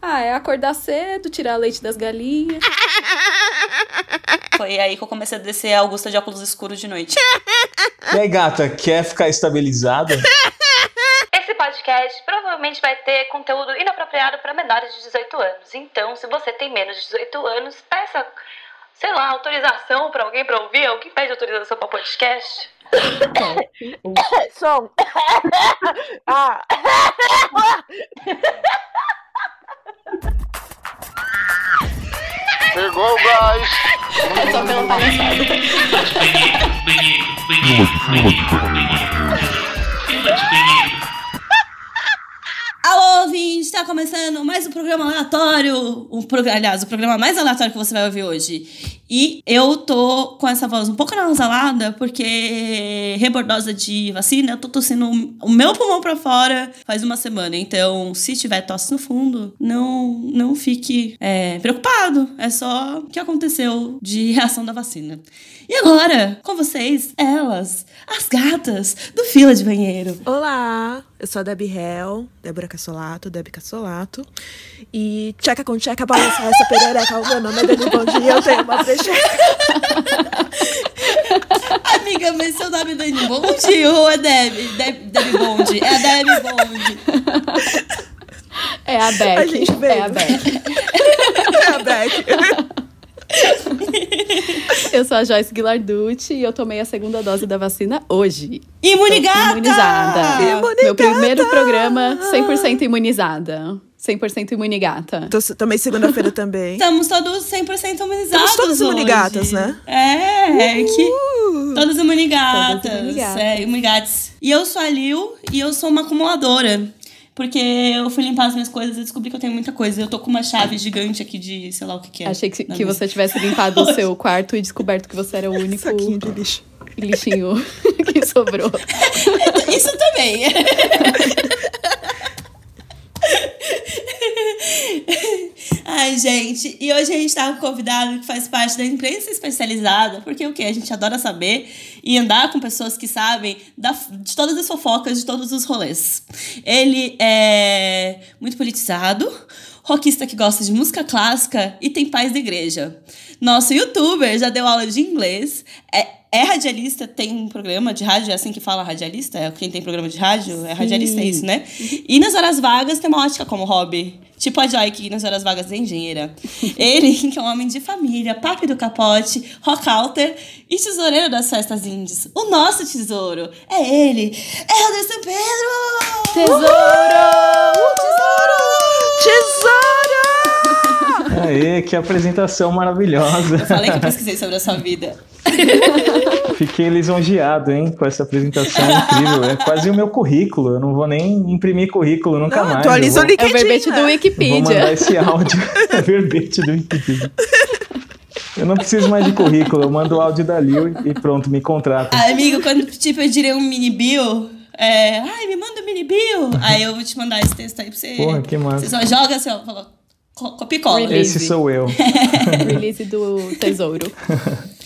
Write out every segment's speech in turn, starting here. Ah, é acordar cedo, tirar leite das galinhas. Foi aí que eu comecei a descer a Augusta de óculos escuros de noite. E aí, gata, quer ficar estabilizada? Esse podcast provavelmente vai ter conteúdo inapropriado para menores de 18 anos. Então, se você tem menos de 18 anos, peça, sei lá, autorização para alguém para ouvir. Alguém pede autorização para podcast? Som. ah. Pegou o gás. Só pela palhaçada. Alô, ouvinte! Está começando mais um programa aleatório. Um prog... Aliás, o programa mais aleatório que você vai ouvir hoje. E eu tô com essa voz um pouco anasalada, porque rebordosa de vacina, eu tô tossindo o meu pulmão pra fora faz uma semana. Então, se tiver tosse no fundo, não, não fique é, preocupado. É só o que aconteceu de reação da vacina. E agora, com vocês, elas, as gatas do Fila de Banheiro. Olá, eu sou a Debbie Hell, Débora Cassolato, Debbie Cassolato. E tcheca com tcheca, balançar essa perereca. O meu nome é Debbie Bondinho e eu tenho uma brecheira. Amiga, mas seu nome é Dani Bond ou é Debbie? Deb, Debbie Bond. É a Debbie Bond. É a Beck. A gente veio. É a Beck. É a Beck. Eu sou a Joyce Guilarducci e eu tomei a segunda dose da vacina hoje. Imunigata! Imunizada. Imunigata! Meu primeiro programa 100% imunizada. 100% imunigata. Tô, tomei segunda-feira também. Estamos todos 100% imunizados Estamos todos hoje. imunigatas, né? É, é que... Todas imunigatas. Todas imunigatas. É, imunigates. E eu sou a Lil e eu sou uma acumuladora. Porque eu fui limpar as minhas coisas e descobri que eu tenho muita coisa. Eu tô com uma chave gigante aqui de sei lá o que que é. Achei que, Na que minha- você tivesse limpado o seu quarto e descoberto que você era o único Saquinho de lixo. lixinho que sobrou. Isso também. Ai, gente, e hoje a gente tá com um convidado que faz parte da imprensa especializada, porque o que? A gente adora saber e andar com pessoas que sabem da- de todas as fofocas, de todos os rolês. Ele é muito politizado, rockista que gosta de música clássica e tem pais da igreja. Nosso youtuber já deu aula de inglês, é, é radialista, tem um programa de rádio, é assim que fala radialista? É quem tem programa de rádio? É radialista, é isso, né? E nas horas vagas tem uma ótica como hobby. Tipo a Joy, que nas horas vagas é engenheira. Ele, que é um homem de família, papi do capote, rockouter e tesoureiro das festas indies. O nosso tesouro é ele, Anderson Pedro! Tesouro! Tesouro! Aê, que apresentação Eu maravilhosa. falei que eu pesquisei sobre a sua vida. Fiquei lisonjeado, hein, com essa apresentação incrível. É quase o meu currículo. Eu não vou nem imprimir currículo nunca Não, mais. atualiza eu vou, o É o LinkedIn. verbete do né? eu vou Wikipedia. mandar esse áudio. É verbete do Wikipedia. Eu não preciso mais de currículo. Eu mando o áudio da Lil e pronto, me contrata. Ah, Amigo, quando tipo, eu direi um mini bill, é, ai, me manda um mini bill. Aí eu vou te mandar esse texto aí pra você. Porra, que massa. Você só joga assim, ó, fala, co- copia e cola. Release. Esse sou eu. Release do tesouro.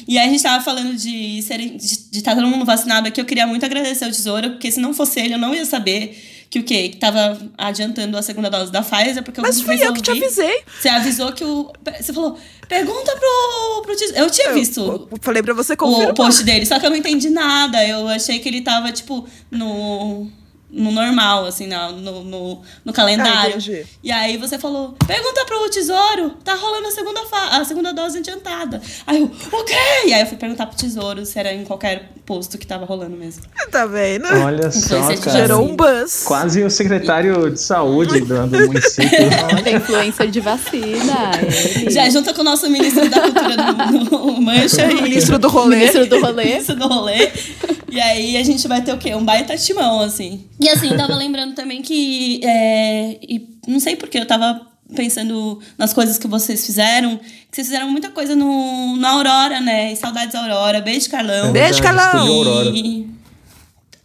E aí a gente tava falando de serem, de, de tá todo mundo vacinado aqui. Eu queria muito agradecer ao Tesouro, porque se não fosse ele, eu não ia saber que o quê? Que tava adiantando a segunda dose da Pfizer, porque Mas eu fui eu que te resolvi- avisei. Você avisou que o. Você falou, pergunta pro, pro Tesouro. Eu tinha visto. Eu falei pra você o confirmar. post dele, só que eu não entendi nada. Eu achei que ele tava, tipo, no, no normal, assim, na- no, no, no Ah, calendário. entendi. e aí você falou, pergunta pro tesouro, tá rolando a segunda, fa- a segunda dose adiantada. Aí eu, o quê? E aí eu fui perguntar pro tesouro se era em qualquer posto que tava rolando mesmo. Tá vendo? Olha só, Você cara. Gerou um buzz. Quase o secretário de saúde do, do município. Olha, influencer de vacina. Ele. Já junta com o nosso ministro da cultura do, do Mancha O e ministro do rolê. Ministro do rolê. isso do rolê. E aí a gente vai ter o quê? Um baita timão, assim. E assim, eu tava lembrando também que. é, e não sei porque eu tava pensando nas coisas que vocês fizeram. Que vocês fizeram muita coisa no, na Aurora, né? E saudades da Aurora. Beijo, Carlão. É Beijo, verdade, Carlão. um estúdio Aurora. E,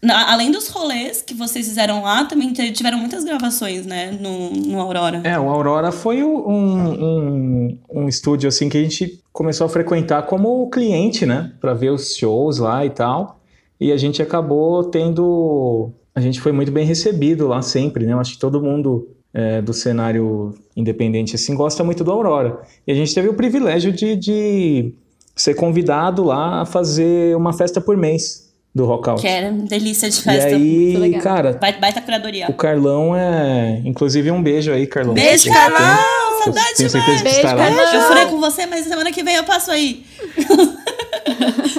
na- além dos rolês que vocês fizeram lá, também te- tiveram muitas gravações, né? No, no Aurora. É, o Aurora foi o- um, um, um estúdio assim que a gente começou a frequentar como cliente, né? Pra ver os shows lá e tal. E a gente acabou tendo. A gente foi muito bem recebido lá sempre, né? Eu acho que todo mundo é, do cenário independente assim gosta muito do Aurora. E a gente teve o privilégio de, de ser convidado lá a fazer uma festa por mês do Rockout. Que era delícia de E festa. muito aí, legal. cara, Ba- Baita o curadoria. Carlão é. Inclusive, um beijo aí, Carlão. Beijo, Tem- Carlão! tem- Saudade Tenho demais! certeza que Beijo, estará. Carlão. Eu furei com você, mas semana que vem eu passo aí.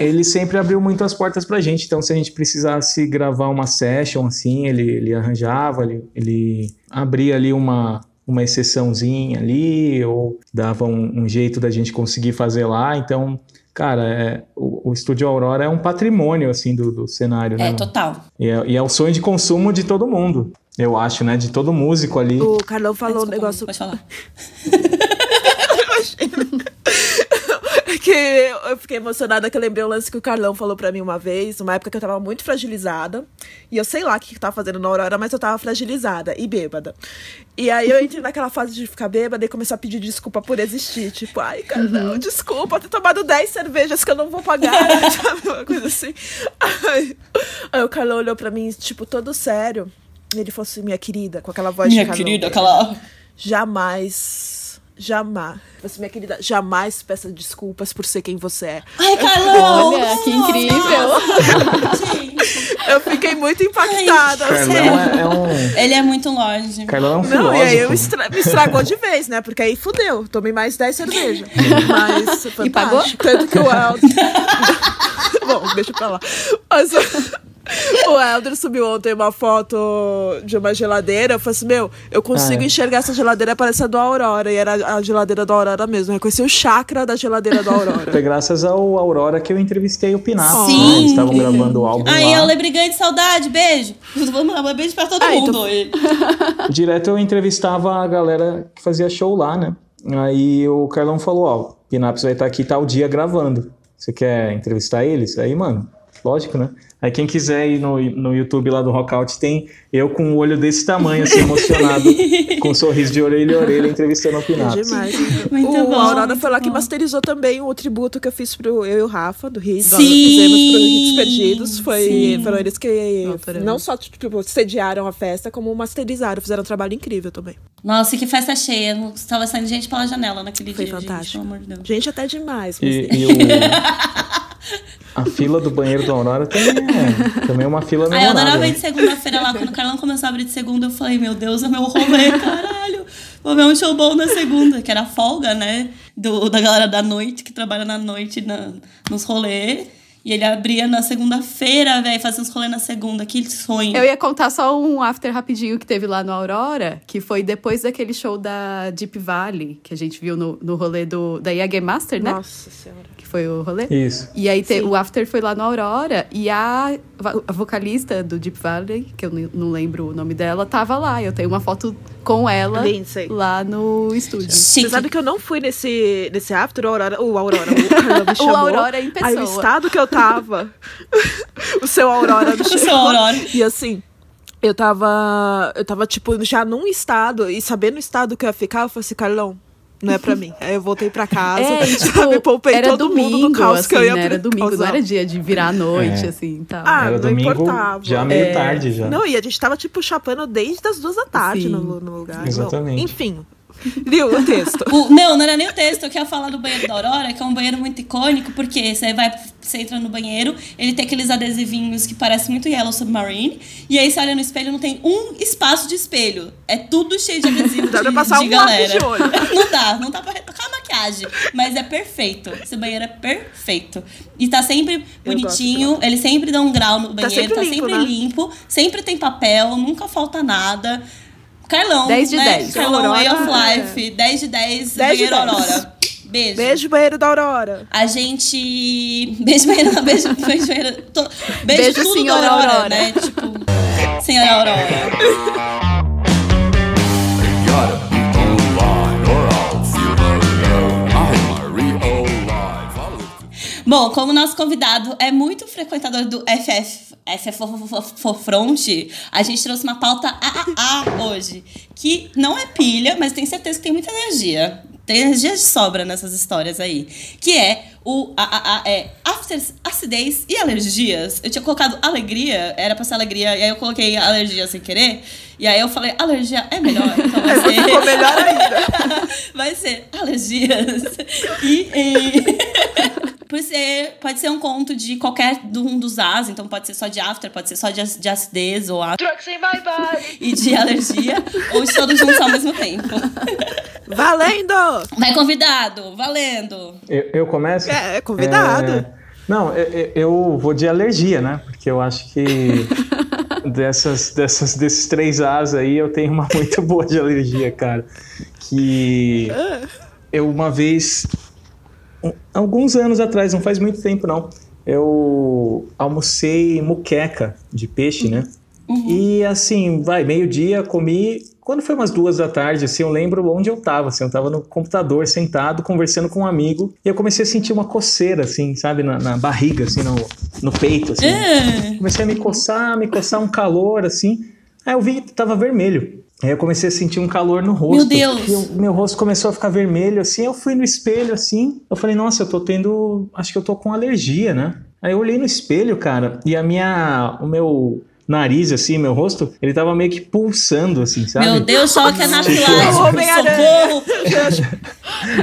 Ele sempre abriu muito as portas pra gente, então se a gente precisasse gravar uma session assim, ele, ele arranjava, ele, ele abria ali uma, uma exceçãozinha ali, ou dava um, um jeito da gente conseguir fazer lá, então, cara, é, o, o Estúdio Aurora é um patrimônio, assim, do, do cenário, né? É, mano? total. E é, e é o sonho de consumo de todo mundo, eu acho, né? De todo músico ali. O Carlão falou Desculpa, um negócio Pode falar. que eu fiquei emocionada que eu lembrei um lance que o Carlão falou pra mim uma vez, numa época que eu tava muito fragilizada. E eu sei lá o que que eu tava fazendo na Aurora, mas eu tava fragilizada e bêbada. E aí eu entrei naquela fase de ficar bêbada e começar a pedir desculpa por existir. Tipo, ai, Carlão, Uhum. desculpa, ter tomado 10 cervejas que eu não vou pagar. sabe? Uma coisa assim. Aí, aí o Carlão olhou pra mim, tipo, todo sério. E ele falou assim, minha querida, com aquela voz de Minha Carlão querida, dele aquela. jamais, jamais, você, minha querida, jamais peça desculpas por ser quem você é. Ai, Carlão! Olha, que nossa, incrível. nossa, gente. Eu fiquei muito impactada. Carlão sério. é, é um. Ele é muito longe. Carlão é um Não, e aí eu filósofo. estra- me estragou de vez, né? Porque aí fudeu. Tomei mais 10 cervejas. Mas. foi E pagou? fantástico. Tanto que o Helder. Bom, deixa pra lá. Mas o- o Helder subiu ontem uma foto de uma geladeira. Eu falei assim: Meu, eu consigo Ah, é. enxergar essa geladeira parece a do Aurora. E era a geladeira do Aurora mesmo. Eu reconheci o chakra da geladeira do Aurora. Foi graças ao Aurora que eu entrevistei o Pinato. Sim. né? Eles estavam gravando o álbum Aí, lá. é Ale Brigante, saudade, beijo. Vou mandar um beijo pra todo Ah, então- mundo. hoje. Direto eu entrevistava a galera que fazia show lá, né? Aí o Carlão falou, ó, o Pinaps vai estar aqui tal dia gravando. Você quer entrevistar eles? Aí, mano, lógico, né? Aí quem quiser ir no, no YouTube lá do Rockout tem eu com um olho desse tamanho, assim, emocionado, com um sorriso de orelha a orelha, entrevistando o É Pinaps. demais. Muito o bom, Aurora muito foi lá que bom. masterizou também o tributo que eu fiz pro eu e o Rafa, do Hits. Nós Sim! fizemos pro Hits Perdidos. Foi, Sim. foram eles que Adoramos. não só tipo, sediaram a festa, como masterizaram. Fizeram um trabalho incrível também. Nossa, que festa cheia. Não- Tava saindo gente pela janela naquele Foi dia. Gente, fantástico. pelo amor de Deus. Gente, até demais. Mas... E, e o... A fila do banheiro do Aurora também é, também é uma fila Aí eu adorava memorável. ir de segunda-feira lá. Quando o Carlão começou a abrir de segunda, eu falei, meu Deus, é meu rolê, caralho. Vou ver um show bom na segunda, que era a folga, né? Do, da galera da noite, que trabalha na noite na, nos rolês. E ele abria na segunda-feira, velho, fazia uns rolês na segunda. Que sonho. Eu ia contar só um after rapidinho que teve lá no Aurora, que foi depois daquele show da Deep Valley, que a gente viu no, no rolê do, da IAG Master, né? Nossa senhora. Que foi o rolê. Isso. E aí te- o after foi lá no Aurora e a, va- a vocalista do Deep Valley, que eu n- não lembro o nome dela, tava lá. Eu tenho uma foto com ela Lindsay. lá no estúdio. Você Chique. sabe que eu não fui nesse, nesse after, o Aurora, o Aurora, o Carlão me chamou. Aurora é em Aí o pessoa. estado que eu tava, o seu Aurora me seu chamou. Aurora. E assim, eu tava, eu tava tipo, já num estado, e sabendo o estado que eu ia ficar, eu falei assim, Carlão, não é pra mim. Aí eu voltei pra casa, É, e, tipo, sabe, poupei era todo domingo, mundo do caos assim, que eu ia né? Era pra domingo, não causar. era dia de virar à noite, É. assim, tal. Ah, Era não domingo, importava. já meio tarde já. Não, e a gente tava, tipo, chapando desde as duas da tarde Sim. no, no lugar. Bom, Exatamente. enfim, li o texto. O- não, não era nem o texto. Eu queria falar do banheiro da Aurora, que é um banheiro muito icônico, porque você vai, você entra no banheiro, ele tem aqueles adesivinhos que parecem muito Yellow Submarine, e aí você olha no espelho não tem um espaço de espelho. É tudo cheio de adesivo Dá de, pra passar de um lápis galera. de olho. Não dá, não dá pra retocar a maquiagem, mas é perfeito. Esse banheiro é perfeito. E tá sempre Eu gosto bonitinho, ele sempre dá um grau no banheiro, sempre tá sempre, limpo, limpo, né? sempre tem papel, nunca falta nada. Carlão, 10 de né? 10. Carlão, Aurora, Way é. of Life, 10 de 10, 10 de banheiro 10. Aurora. Beijo. Beijo, banheiro da Aurora. A gente. Beijo, banheiro. Beijo, beijo, banheiro. to- Beijo, Beijo, tudo senhora da Aurora, Aurora. né? Tipo, senhora Aurora. gotta be online or I'll feel alone. I'm my real life. I live Bom, como nosso convidado é muito frequentador do FF, FF Front, a gente trouxe uma pauta AAA hoje. Que não é pilha, mas tenho certeza que tem muita energia. Tem energia de sobra nessas histórias aí. Que é o a, a, a, é, after, acidez e alergias. Eu tinha colocado alegria, era pra ser alegria, e aí eu coloquei alergia sem querer. E aí eu falei, alergia é melhor. Então vai ser... Ficou melhor ainda. vai ser alergias e... e... Por ser, pode ser um conto de qualquer de um dos as, então pode ser só de after, pode ser só de, ac- de acidez ou a- Drugs in my body. e de alergia, ou de todos juntos ao mesmo tempo. Valendo! Vai convidado, valendo. Eu, eu começo? É, é convidado. É, Não, eu- eu, eu vou de alergia, né? Porque eu acho que dessas, dessas, desses três As aí eu tenho uma muito boa de alergia, cara. Que Ah. eu uma vez, um- alguns anos atrás, não faz muito tempo não, eu almocei muqueca de peixe, né? E assim, vai, meio-dia, comi. Quando foi umas duas da tarde, assim, eu lembro onde eu tava, assim, eu tava no computador, sentado, conversando com um amigo, e eu comecei a sentir uma coceira, assim, sabe, na, na barriga, assim, no, no peito, assim. Ah, Comecei a me coçar, me coçar um calor, assim. Aí eu vi que tava vermelho. Aí eu comecei a sentir um calor no rosto. Deus! E eu- meu rosto começou a ficar vermelho, assim. Eu fui no espelho, assim. Eu falei, nossa, eu tô tendo... Acho que eu tô com alergia, né? Aí eu olhei no espelho, cara, e a minha... O meu nariz, assim, meu rosto, ele tava meio que pulsando, assim, sabe? meu Deus, choque anafilático, Tipo, Homem-Aranha. socorro.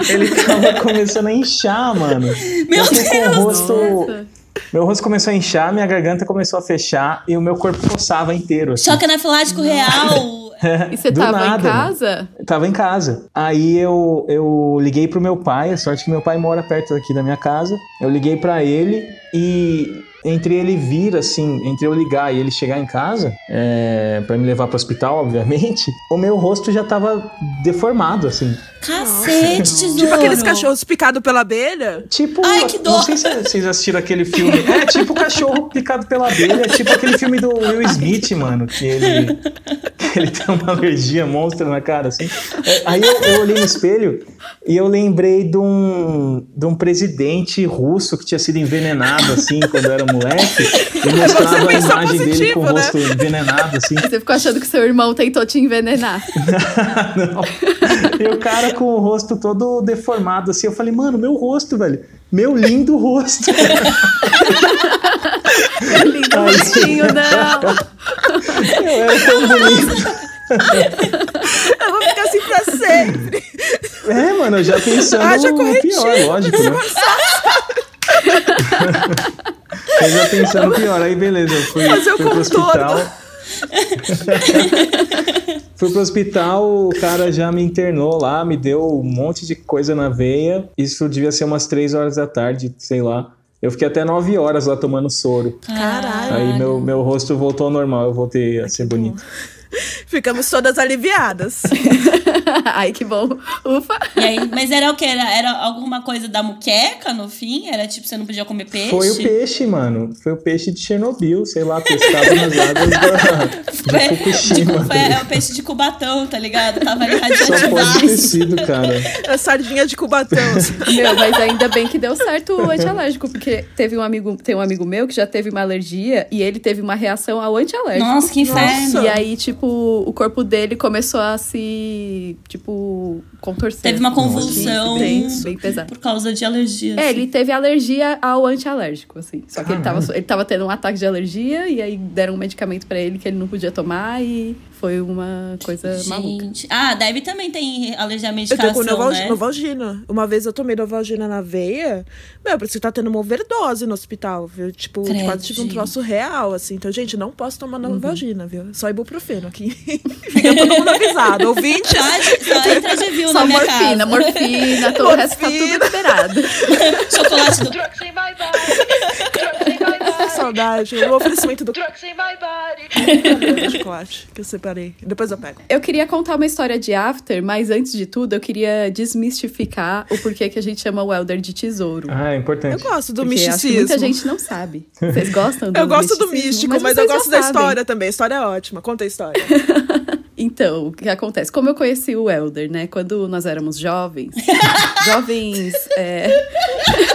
Ele tava começando a inchar, mano. Meu eu fiquei com o Deus! rosto... Meu rosto começou a inchar, minha garganta começou a fechar e o meu corpo coçava inteiro, assim. Choque anafilático real. E você Do tava nada, em casa? Tava em casa. Aí eu, eu liguei pro meu pai, a sorte é que meu pai mora perto daqui da minha casa. Eu liguei pra ele e entre ele vir, assim, entre eu ligar e ele chegar em casa, é, para me levar pro hospital, obviamente, o meu rosto já tava deformado, assim. Cacete, tesouro. Tipo aqueles cachorros picados pela abelha. Tipo, Ai, que dó! não sei se vocês assistiram aquele filme. É tipo o cachorro picado pela abelha, é tipo aquele filme do Will Smith, mano, que ele, que ele tem uma alergia monstra na cara, assim. É, Aí eu, eu olhei no espelho e eu lembrei de um, de um presidente russo que tinha sido envenenado, assim, quando era moleque, e mostrava a é pensar imagem dele com o positivo, né? rosto envenenado, assim. Você ficou achando que seu irmão tentou te envenenar. Não. E o cara com o rosto todo deformado, assim, eu falei, mano, meu rosto, velho. Meu lindo rosto. Tá Lindo Ai, rostinho, não. Eu era tão bonito. Eu vou ficar assim pra sempre. É, mano, eu já pensando Ah, já no corrigi. pior, lógico, né? Eu já pensando no pior, aí beleza, eu fui, Fazer o fui pro contorno. hospital. fui pro hospital, o cara já me internou lá, me deu um monte de coisa na veia. Isso devia ser umas 3 horas da tarde, sei lá. Eu fiquei até 9 horas lá tomando soro. Caralho. Aí meu, meu rosto voltou ao normal, eu voltei a ser bonito. Ficamos todas aliviadas. Ai, que bom. Ufa. E aí, mas era o que? Era, era alguma coisa da muqueca no fim? Era tipo, você não podia comer peixe? Foi o peixe, mano. Foi o peixe de Chernobyl, sei lá, pescado nas águas da, de De Fukushima. cu- foi- é o peixe de Cubatão, tá ligado? Tava ali Só pode ter radioativaço. sido, cara. A sardinha de cubatão. Meu, mas ainda bem que deu certo o antialérgico, porque teve um amigo, tem um amigo meu que já teve uma alergia e ele teve uma reação ao antialérgico. Nossa, que inferno. Nossa. E aí, tipo, o corpo dele começou a se, tipo, contorcer. Teve uma convulsão. Bem, bem pesado. Por causa de alergias. É, ele teve alergia ao antialérgico, assim. Só que ele tava, Caramba. ele tava tendo um ataque de alergia e aí deram um medicamento pra ele que ele não podia tomar e foi uma coisa tá maluca. Gente. Ah, deve também tem alergia à Eu medicação, tô com Noval- né? Novalgina. Uma vez eu tomei Novalgina na veia. Meu, parece que tá tendo uma overdose no hospital, viu? Tipo, Credo, quase tive um gente. troço real, assim. Então, gente, não posso tomar Uhum. Novalgina, viu? Só ibuprofeno aqui. Fica todo mundo avisado. Ouvinte, Só, só entra de viu na Só minha morfina, casa. morfina, todo o resto tá tudo Morfina. liberado. Chocolate do... Drugs in my body. Drugs in my que body. saudade. O oferecimento do Drugs in my body. chocolate que eu separei. Depois eu pego. Eu queria contar uma história de after, mas antes de tudo, eu queria desmistificar o porquê que a gente chama o Elder de tesouro. Ah, é Eu importante. gosto do Porque acho que misticismo. muita gente não sabe. Vocês gostam do Eu gosto do misticismo? místico, mas, eu vocês já gosto da sabem. história também. A história é ótima. Conta a história. Então, o que acontece? Como eu conheci o Elder, né? Quando nós éramos jovens. jovens. é,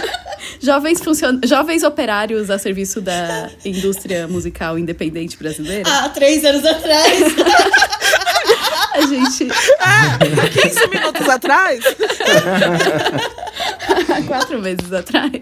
jovens, funcion... jovens operários a serviço da indústria musical independente brasileira. Ah, três anos atrás. A a gente. É, 15 minutos atrás? há quatro meses atrás,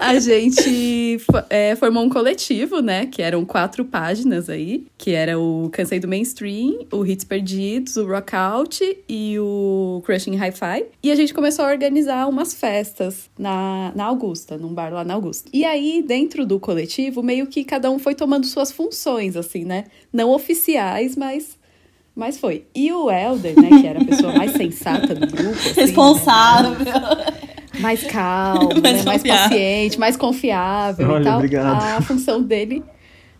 a gente fo- é, formou um coletivo, né? Que eram quatro páginas aí, que era o Cansei do Mainstream, o Hits Perdidos, o Rockout e o Crushing Hi-Fi. E a gente começou a organizar umas festas na, na Augusta, num bar lá na Augusta. E aí, dentro do coletivo, meio que cada um foi tomando suas funções, assim, né? Não oficiais, mas... Mas foi. E o Elder, né, que era a pessoa mais sensata do grupo. assim, né? Responsável. mais calmo, Mais né? mais confiável. paciente, mais confiável Olha, e tal. obrigado. A função dele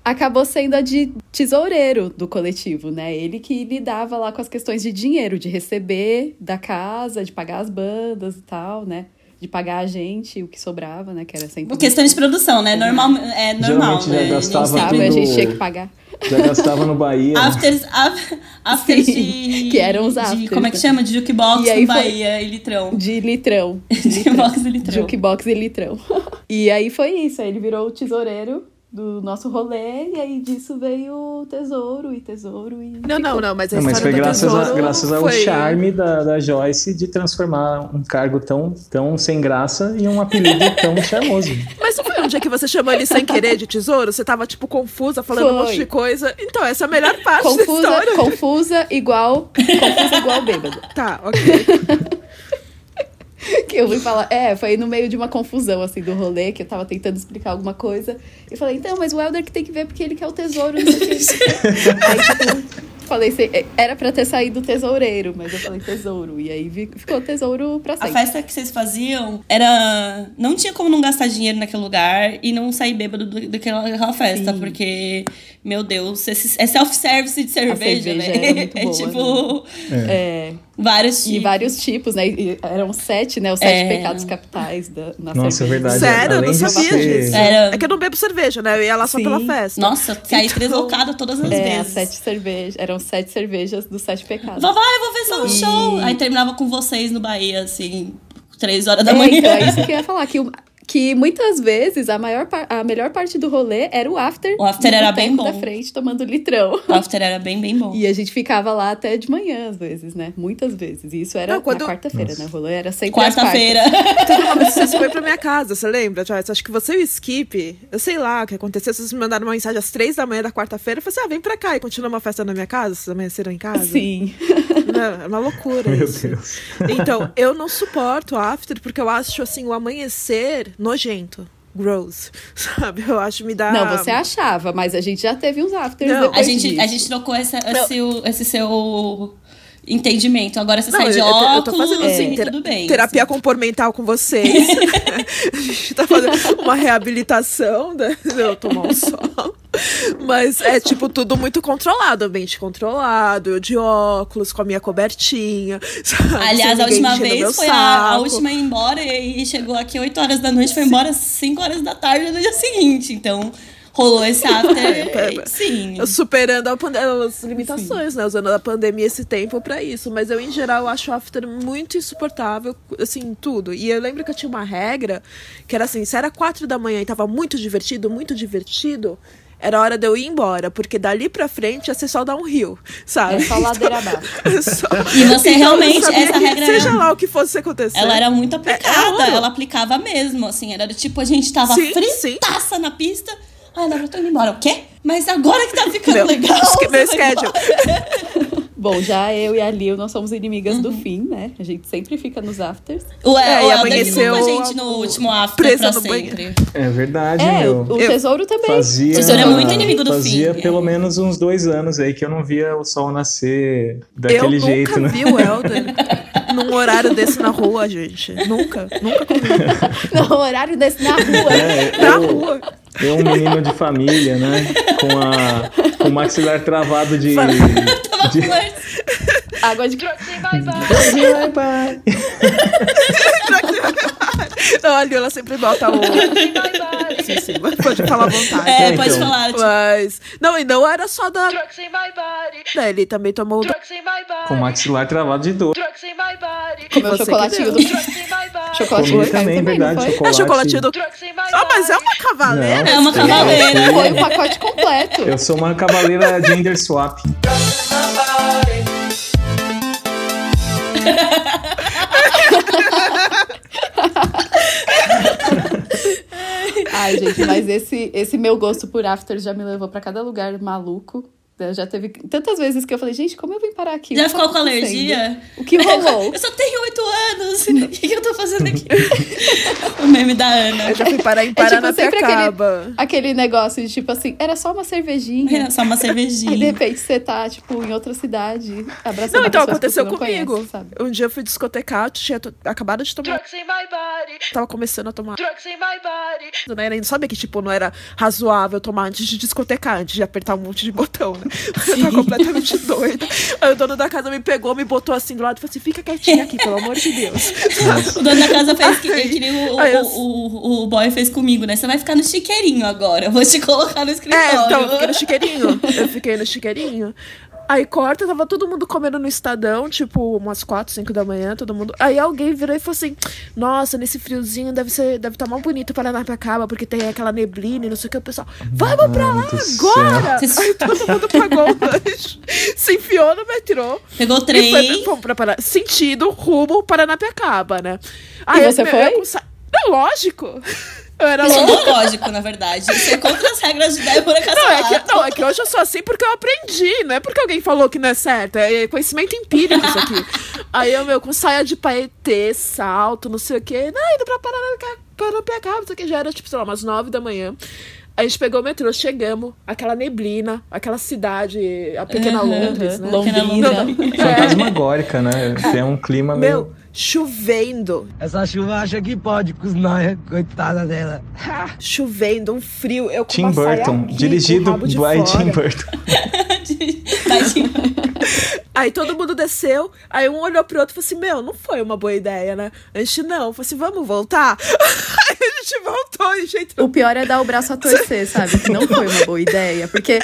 acabou sendo a de tesoureiro do coletivo, né? Ele que lidava lá com as questões de dinheiro, de receber da casa, de pagar as bandas e tal, né? De pagar a gente o que sobrava, né? Que era sempre. Questão de produção, né? Normal, é normal, Geralmente já né? gastava a gente sabe, sabe. a gente tudo- tinha que pagar. Já gastava no Bahia. Afters, af- afters Sim, de. que eram os De, afters, como é que né? chama? De jukebox E aí no foi- Bahia e litrão. De litrão. De litrão. Jukebox e litrão. Jukebox e litrão. e aí foi isso, aí ele virou o tesoureiro do nosso rolê, e aí disso veio tesouro e tesouro e. Não, não, não, mas a É, mas história foi do graças, a- tesouro graças ao foi- charme da, da Joyce de transformar um cargo tão, tão sem graça em um apelido tão charmoso. Mas não foi um dia que você chamou ele sem querer de tesouro? Você tava, tipo, confusa, falando um Foi. monte de coisa. Então, essa é a melhor parte da Confusa, história. confusa igual. Confusa igual bêbado. Tá, ok. Que eu fui falar. É, foi no meio de uma confusão, assim, do rolê, que eu tava tentando explicar alguma coisa. E falei, então, mas o Helder que tem que ver porque ele quer o tesouro, não sei o que. aí, tipo, falei, assim, é, era pra ter saído tesoureiro, mas eu falei tesouro. E aí vi- ficou tesouro pra A sempre. festa que vocês faziam era. Não tinha como não gastar dinheiro naquele lugar e não sair bêbado do- daquela, daquela festa, Sim. porque, meu Deus, esse- é self-service de cerveja, cerveja né? era muito é boa, tipo. É, Vários e tipos. vários tipos, né? E eram sete, né? Os sete É. pecados capitais da, na Nossa, é cerveja. verdade. Sério, eu Além não de sabia ser- disso. Era- É que eu não bebo cerveja, né? Eu ia lá só Sim. pela festa. Nossa, eu saí Então- deslocada todas as É, as vezes. sete cervejas. Eram sete cervejas dos sete pecados. Vovó, eu vou ver só um E- show. Aí terminava com vocês no Bahia, assim, três horas da é, manhã. Então, é isso que eu ia falar, que, o- que muitas vezes a, maior, par- a melhor parte do rolê era o after. O after no era boteco bem bom. da frente, tomando litrão. O after era bem, bem bom. E a gente ficava lá até de manhã, às vezes, né? Muitas vezes. E isso era Não, quando- na quarta-feira, né? O rolê era sempre às quartas. Quarta-feira. Vocês foram pra minha casa, você lembra, Joyce? Acho que você e o Skip, eu sei lá o que aconteceu. Vocês me mandaram uma mensagem às três da manhã da quarta-feira. Eu falei assim: ah, vem pra cá e continua uma festa na minha casa. Vocês amanheceram em casa? Sim. Não, é uma loucura. Meu isso. Deus. Então, eu não suporto after porque eu acho assim o amanhecer nojento. Gross. Sabe? Eu acho me dá. Não, você achava, mas a gente já teve uns afters Ah. Não, depois A gente, disso. a gente trocou essa, esse, o- esse seu entendimento. Agora você Não, sai de eu- eu- óculos eu tô fazendo assim, e tera- tudo bem. tá- terapia comportamental com vocês. a gente tá fazendo uma reabilitação da, de eu tomar um sol. Mas é tipo tudo muito controlado, ambiente controlado, eu de óculos, com a minha cobertinha. sabe? Aliás, Sem a última ninguém enchendo meu vez foi a, a saco. última a ir embora e chegou aqui 8 horas da noite, foi embora 5 horas da tarde no dia seguinte. Então, rolou esse after. sim. É, Eu superando a pande- as limitações, né? Usando a pandemia esse tempo pra isso. Mas eu, em geral, acho o after muito insuportável, assim, tudo. E eu lembro que eu tinha uma regra que era assim: se era quatro da manhã e tava muito divertido, muito divertido. Era hora de eu ir embora, porque dali pra frente ia ser só dar um rio, sabe? Então, É só ladeira abaixo. É só- E você eu realmente- sabia essa que regra Seja era- lá o que fosse acontecer. Ela era um muito aplicada, É, é ela aplicava mesmo, assim, era do tipo, a gente tava Sim, fritaça na pista. Ai, Laura, eu tô indo embora. O quê? Mas agora que tá ficando Meu, legal. esque- meu você vai schedule. embora. Bom, já eu e a Lil, nós somos inimigas Uhum. do fim, né? A gente sempre fica nos afters. O, É, é, e o Helder ficou com a amanheceu gente no a- último after presa pra no sempre. banheiro. É verdade, É, meu. o, o Eu- tesouro também. Fazia, Tesouro é muito inimigo do fazia fim. pelo menos uns dois anos aí que eu não via o sol nascer Eu daquele nunca jeito, né? vi o Helder num horário desse na rua, gente. Nunca, nunca No horário desse na rua. É, na eu, rua. eu, um menino de família, né? Com, a, com o maxilar travado de. Tava com dor. Água de Vai, vai. Não, a Lila sempre bota o. Sim, sim, mas pode falar à vontade. É, Então. pode falar. tipo, Mas. Não, e não era só da. Drugs in my body. né, Ele também tomou. Drugs in my Com o body. maxilar travado de dor. Drugs in my body. comeu o Você que chocolatinho deu. do Drugs in my body. chocolatinho Comi do Caio também, também, verdade, não foi? É chocolatinho do. Drugs in my Ah, mas é body. uma cavaleira. É uma sim, cavaleira. né? eu fui- Foi o pacote completo. Eu sou uma cavaleira gender swap. Drugs Ai, gente, mas esse, esse meu gosto por afters já me levou pra cada lugar maluco. Eu Já teve tantas vezes que eu falei, gente, como eu vim parar aqui? Já O que tá ficou com acontecendo? alergia? O que rolou? É, Eu só tenho oito anos. O que, que eu tô fazendo aqui? o meme da Ana. Eu já fui parar em É tipo sempre aquele, Paranapiacaba. aquele negócio de tipo assim, era só uma cervejinha. Era só uma Aí de cervejinha. repente você tá, tipo, em outra cidade, abraçando Não, então pessoas é que você aconteceu não comigo. conhece, sabe? um dia eu fui discotecar, eu tinha to- acabado de tomar. Drugs in my body. Tava começando a tomar. Drugs in my body. Né? Era- Sabe que, tipo, não era razoável tomar antes de discotecar, antes de apertar um monte de botão, né? Eu tava completamente doida. Aí o dono da casa me pegou, me botou assim do lado e falou assim: fica quietinha aqui, pelo amor de Deus. O dono da casa fez que, Ai. que nem o, Ai, eu- o, o, o boy fez comigo, né? Você vai ficar no chiqueirinho agora. Eu vou te colocar no É, escritório. então eu fiquei no chiqueirinho. Eu fiquei no chiqueirinho. Aí corta, tava todo mundo comendo no Estadão, tipo, umas 4, 5 da manhã, todo mundo. Aí alguém virou e falou assim: Nossa, nesse friozinho deve ser, deve tá mal bonito Paranapiacaba, porque tem aquela neblina e não sei o que. O pessoal, vamos pra lá Mano do céu. agora! Vocês- Aí todo mundo pagou o lanche, se enfiou no metrô. Pegou o E foi, trem. fomos pra Parana- sentido, rumo, Paranapiacaba, né? E você eu- foi? eu com sa- Não, lógico! Eu era Eu louca. sou do lógico, na verdade. Você contra as regras de Débora Não é, Castelar. que, não, é que hoje eu sou assim porque eu aprendi, não é porque alguém falou que não é certo, é conhecimento empírico isso aqui. Aí eu, meu, com saia de paetê, salto, não sei o quê, não, indo pra Paranapiacaba, Paranapiacaba, não sei o quê, já era, tipo, sei lá, umas nove da manhã. A gente pegou o metrô, chegamos, aquela neblina, aquela cidade, a pequena Londres, né? Pequena Londrina. Londrina. Fantasmagórica, né? É um clima meio. Meu, chovendo, Essa chuva acha que pode, cusnar, coitada dela. chovendo, um frio, eu com Tim uma saia Burton, aqui, com o um dirigido rabo de by fora. Tim Burton. Tadinho. Aí todo mundo desceu, aí um olhou pro outro e falou assim: Meu, não foi uma boa ideia, né? A gente não, falou assim: Vamos voltar? Aí a gente voltou e gente. O pior é dar o braço a torcer, sabe? Que não foi uma boa ideia, porque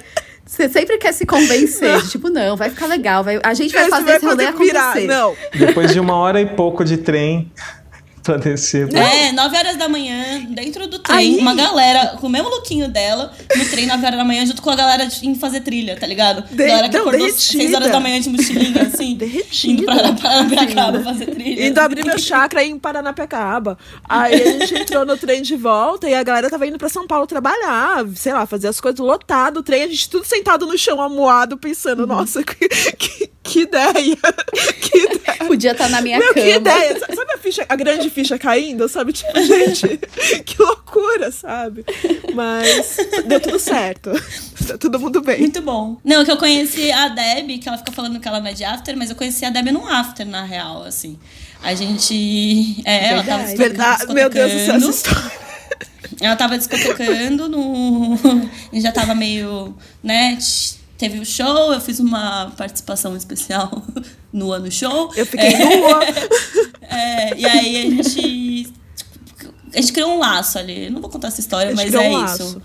você sempre quer se convencer, de, tipo, não, vai ficar legal, vai, a gente vai né? Esse fazer esse rolê poder virar. acontecer. Não, Depois de uma hora e pouco de trem pra descer. É, 9 horas da manhã, dentro do trem, Aí- uma galera com o mesmo lookinho dela, no trem 9 horas da manhã, junto com a galera de- indo fazer trilha, tá ligado? De- galera que não, acordou derretida. 6 horas da manhã de mochilinha, assim. Derretida. Indo pra, pra, pra Cabo fazer trilha. indo abrir meu chakra em Paranapiacaba. Aí a gente entrou no trem de volta e a galera tava indo pra São Paulo trabalhar, sei lá, fazer as coisas lotado, o trem, a gente tudo sentado no chão, amuado, Uhum. pensando, nossa, que, que, que ideia! Que ideia! Podia estar na minha Meu, cama. que ideia! Sa- Sabe a, ficha- a grande ficha caindo? Sabe? Tipo, gente, que loucura, sabe? Mas deu tudo certo. Tá todo mundo bem. Muito bom. Não, que eu conheci a Deb, que ela fica falando que ela não é de after, mas eu conheci a Deb num after, na real, assim. A gente. É, ela tava Verdade. tá Verdade. Meu Deus do céu, essa discotecando. história. Ela tava discotecando no. e já tava meio. né? tch, Teve o show, eu fiz uma participação especial no ano show. Eu fiquei nua. É, e aí a gente. A gente criou um laço ali. Eu Não vou contar essa história, A gente mas criou é um laço. isso.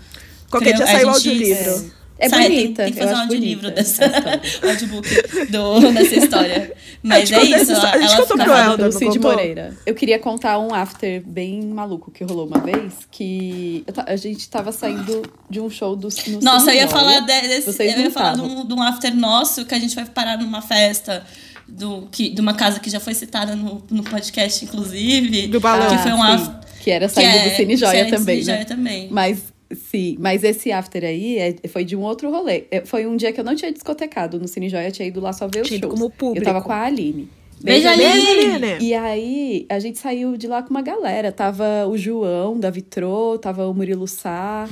Qualquer Criou- dia a saiu o gente- audiolivro. É Sai, tem- bonita, Tem, que fazer eu um acho audiolivro bonita dessa. essa história. audiobook do, dessa história. Mas é contou essa isso. Ela, história, a gente ela contou fica pro falando- Elder, do não é, Cid contou? Moreira. Eu queria contar um after bem maluco que rolou uma vez, que eu ta- a gente tava saindo de um show do no Nossa, eu ia Cinemola. falar de- desse- Vocês eu ia não falar de, estavam. um, de um after nosso que a gente vai parar numa festa do, que, de uma casa que já foi citada no, no podcast, inclusive. Do balão. Que é, foi um Ah, sim, after. Que era saindo do Cine Joia também, Cine né? Joia também. Mas sim, mas esse after aí é- foi de um outro rolê. É, Foi um dia que eu não tinha discotecado no Cine Joia, eu tinha ido lá só ver os Tinha ido shows. como público. Eu tava com a Aline. Beijo, Aline! Aline. E aí, a gente saiu de lá com uma galera. Tava o João da Vitrô, tava o Murilo Sá.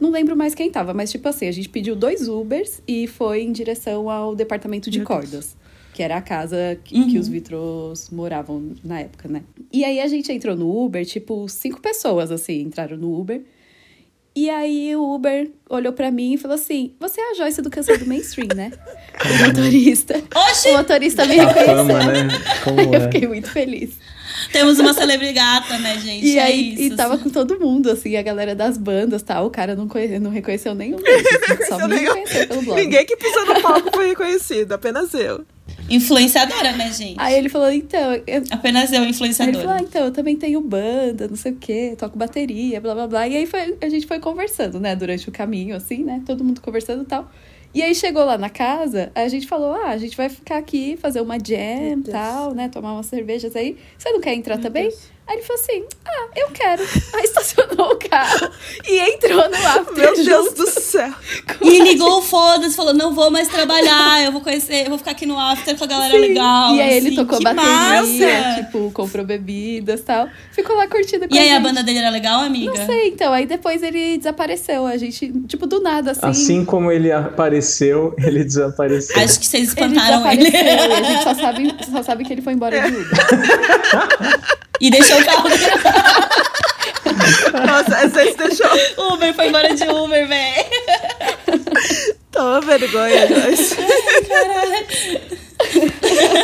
Não lembro mais quem tava, mas tipo assim, a gente pediu dois Ubers e foi em direção ao departamento de cordas. Que era a casa que, que os vitrôs moravam na época, né? E aí a gente entrou no Uber, tipo, cinco pessoas, assim, entraram no Uber. E aí o Uber olhou pra mim e falou assim: Você é a Joyce do Canção do Mainstream, né? O motorista. Oxi! O motorista me A reconheceu. fama, né? Como assim. Eu é. fiquei muito feliz. Temos uma celebregata, né, gente? E é aí, isso. e tava com todo mundo, assim, a galera das bandas tal. O cara não, conhe... não reconheceu nenhum deles. assim, Só me nenhum. reconheceu pelo blog. Ninguém que pisou no palco foi reconhecido, apenas eu. Influenciadora, né, gente? Aí ele falou, então. eu- Apenas eu, Aí ele influenciadora. né? falou, ah, então, eu também tenho banda, não sei o quê, toco bateria, blá blá blá. E aí foi- a gente foi conversando, né, durante o caminho, assim, né? Todo mundo conversando e tal. E aí chegou lá na casa, a gente falou: ah, a gente vai ficar aqui, fazer uma jam Meu Deus. tal, né? Tomar umas cervejas aí. Você não quer entrar também? Aí ele falou assim: ah, eu quero. Aí estacionou o carro e entrou no after. Meu Deus junto. do céu. E assim?" ligou o foda-se, falou: não vou mais trabalhar, eu vou conhecer, eu vou ficar aqui no after com a galera legal. E aí ele assim, tocou que bateria, massa. tipo, comprou bebidas e tal. Ficou lá curtindo com E aí a gente. banda dele era legal, amiga? Não sei, então. Aí depois ele desapareceu. A gente, tipo, do nada, assim. Assim como ele apareceu, ele desapareceu. Acho que vocês ele espantaram ele. desapareceu. e a gente só sabe, só sabe que ele foi embora de Uber. E deixou o carro dele. Nossa, essa aí deixou. Uber, foi embora de Uber, velho. Toma vergonha, nós.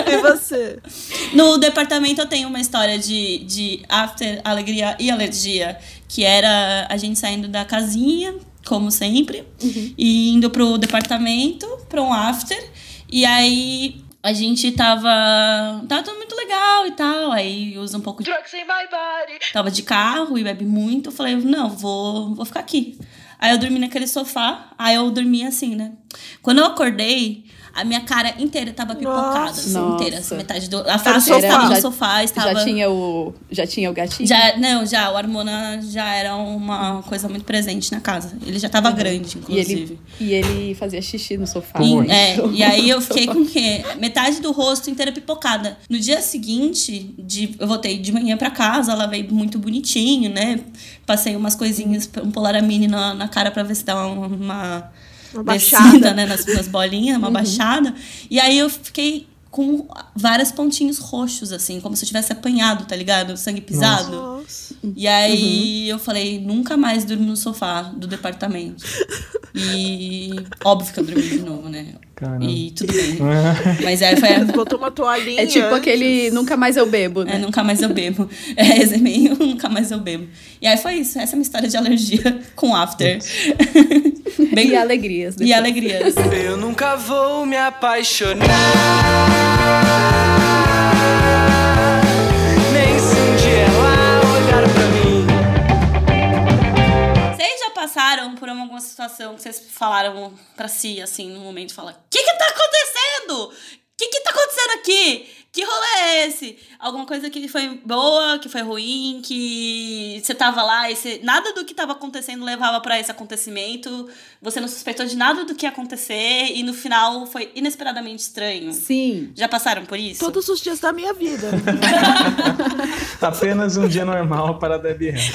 E você? No departamento eu tenho uma história de, de after, alegria e alergia, que era a gente saindo da casinha, como sempre, e indo pro departamento, pra um after. E aí a gente tava. Tava tudo muito legal e tal. Aí usa um pouco de. Drugs in my body. Tava de carro e bebe muito. Eu falei, não, vou, vou ficar aqui. Aí eu dormi naquele sofá, aí eu dormi assim, né? Quando eu acordei, a minha cara inteira tava pipocada, assim, Nossa. inteira, assim, metade do. A face sofá. estava Já- no sofá, estava. Já tinha o. Já tinha o gatinho? Já- não, já, o Armona já era uma coisa muito presente na casa. Ele já tava grande, Uhum. E inclusive. ele, e ele fazia xixi no sofá. E, é, e aí eu fiquei com o quê? Metade do rosto inteira pipocada. No dia seguinte, de, eu voltei de manhã pra casa, lavei muito bonitinho, né? Passei umas coisinhas, um Polaramine na, na cara pra ver se dá uma, uma, Uma descida, baixada. Uhum. né? Nas, nas bolinhas, uma baixada. E aí eu fiquei com vários pontinhos roxos, assim, como se eu tivesse apanhado, tá ligado? Sangue pisado. Nossa. E aí eu falei, nunca mais durmo no sofá do departamento. E óbvio que eu dormi de novo, né? Caramba. E tudo bem. Mas aí foi. Botou uma toalhinha. É tipo aquele nunca mais eu bebo, É, né? nunca mais eu bebo. É, esse é meio nunca mais eu bebo. E aí foi isso. Essa é a minha história de alergia com after. Bem, E alegrias. É. e depois. alegrias. Eu nunca vou me apaixonar. Nem se um dia ela olhar pra mim. Vocês já passaram por alguma situação que vocês falaram pra si, assim, num momento, fala: O que que tá acontecendo? O que que tá acontecendo aqui? Que rolê é esse? Alguma coisa que foi boa, que foi ruim, que você tava lá e você- nada do que tava acontecendo levava pra esse acontecimento, você não suspeitou de nada do que ia acontecer e no final foi inesperadamente estranho. Sim. Já passaram por isso? Todos os dias da minha vida. Apenas um dia normal para a Debbie Harry.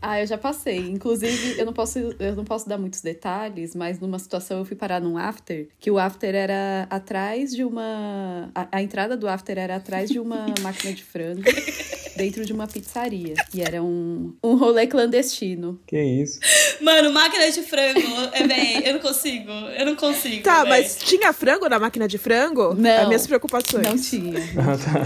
Ah, eu já passei. Inclusive, eu não posso, eu não posso dar muitos detalhes, mas numa situação eu fui parar num after, que o after era atrás de uma. A, a entrada do after era atrás de uma máquina de frango. Dentro de uma pizzaria. E era um, um rolê clandestino. Que isso. Mano, máquina de frango, é, véi, eu não consigo, eu não consigo. Tá, véi. mas tinha frango na máquina de frango? Não. É minhas preocupações. Não tinha.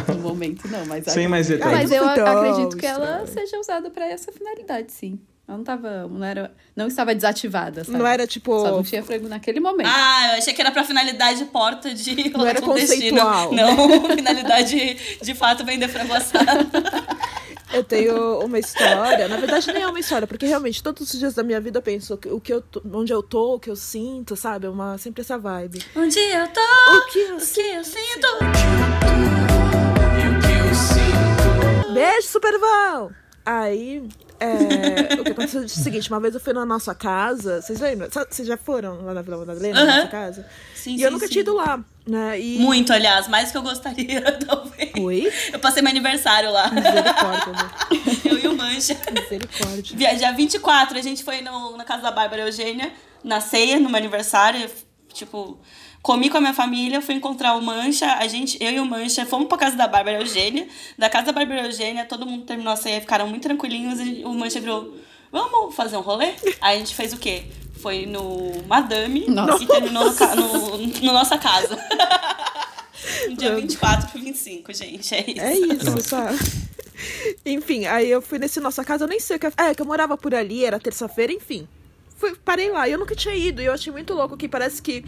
No momento, não, mas Sem mais tá. Ah, detalhes. mas é. eu a- Então, acredito que ela seja usada pra essa finalidade, sim. Ela não tava, não era, não estava desativada, sabe? Não era tipo. Só não tinha frango naquele momento. Ah, eu achei que era pra finalidade porta de Não era clandestino. conceitual. Não, finalidade de fato vender frango assado. Eu tenho uma história. Na verdade, nem é uma história, porque realmente todos os dias da minha vida eu penso o que eu tô- onde eu tô, o que eu sinto, sabe? É Uma, sempre essa vibe. Um dia eu tô, Ah, O que eu o que eu sinto. Beijo, Superval! Aí, é, o que aconteceu é o seguinte: uma vez eu fui na nossa casa, vocês lembram? Sa- Vocês já foram lá na Vila Madalena, na Aham. nossa casa? Sim, e sim, eu nunca sim. tinha ido lá, né? E... Muito, aliás, mais do que eu gostaria, talvez. Oi? Eu passei meu aniversário lá. Misericórdia, né? Eu e o Mancha. misericórdia. Dia dia 24, a gente foi no, na casa da Bárbara Eugênia, na ceia, no meu aniversário. Eu, Tipo, comi com a minha família, fui encontrar o Mancha, a gente, eu e o Mancha, fomos pra casa da Bárbara Eugênia. Da casa da Bárbara Eugênia, todo mundo terminou a ceia, ficaram muito tranquilinhos e o Mancha virou, vamos fazer um rolê? Aí a gente fez o quê? Foi no Madame Nossa. e terminou no, ca- no, no nossa casa. No dia 24 pro 25, gente, é isso. É isso, sabe? Enfim, aí eu fui nesse nossa casa, eu nem sei o que. É, que eu morava por ali, era terça-feira, enfim. fui, parei lá. E eu nunca tinha ido. E eu achei muito louco que parece que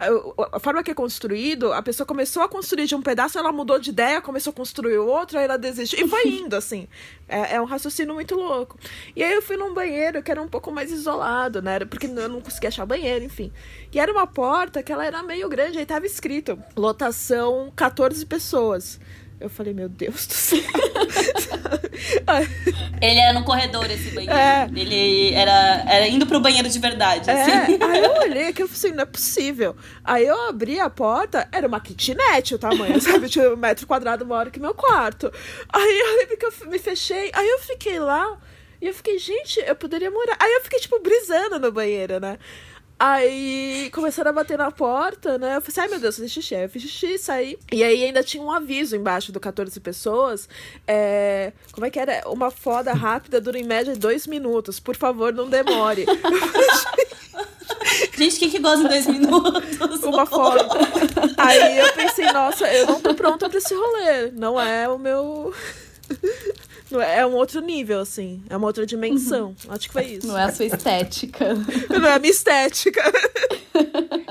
eh, o- a forma que é construído, a pessoa começou a construir de um pedaço, ela mudou de ideia, começou a construir outro, aí ela desistiu. E foi indo, assim. É, é um raciocínio muito louco. E aí eu fui num banheiro que era um pouco mais isolado, né? Era- Porque eu não conseguia achar banheiro, enfim. E era uma porta que ela era meio grande, aí tava escrito: lotação 14 pessoas. Eu falei, meu Deus do céu. Ele era num corredor, esse banheiro. É. Ele era, era indo pro banheiro de verdade, assim. É, aí eu olhei aqui e falei assim, não é possível. Aí eu abri a porta, era uma kitnet o tamanho, sabe? Tinha um metro quadrado maior que meu quarto. Aí eu lembro que eu f- me fechei, aí eu fiquei lá e eu fiquei, gente, eu poderia morar. Aí eu fiquei, tipo, brisando no banheiro, né? Aí começaram a bater na porta, né? Eu falei assim, ai meu Deus, fiz xixi. Aí eu fiz xixi, saí. E aí ainda tinha um aviso embaixo do 14 pessoas. É... Como é que era? Uma foda rápida dura em média dois minutos. Por favor, não demore. Gente, quem que gosta em dois minutos? uma foto. Aí eu pensei, nossa, eu não tô pronta pra esse rolê. Não é o meu. Não é, é um outro nível, assim. É uma outra dimensão. Acho que foi isso. Não é a sua estética. Não é a minha estética.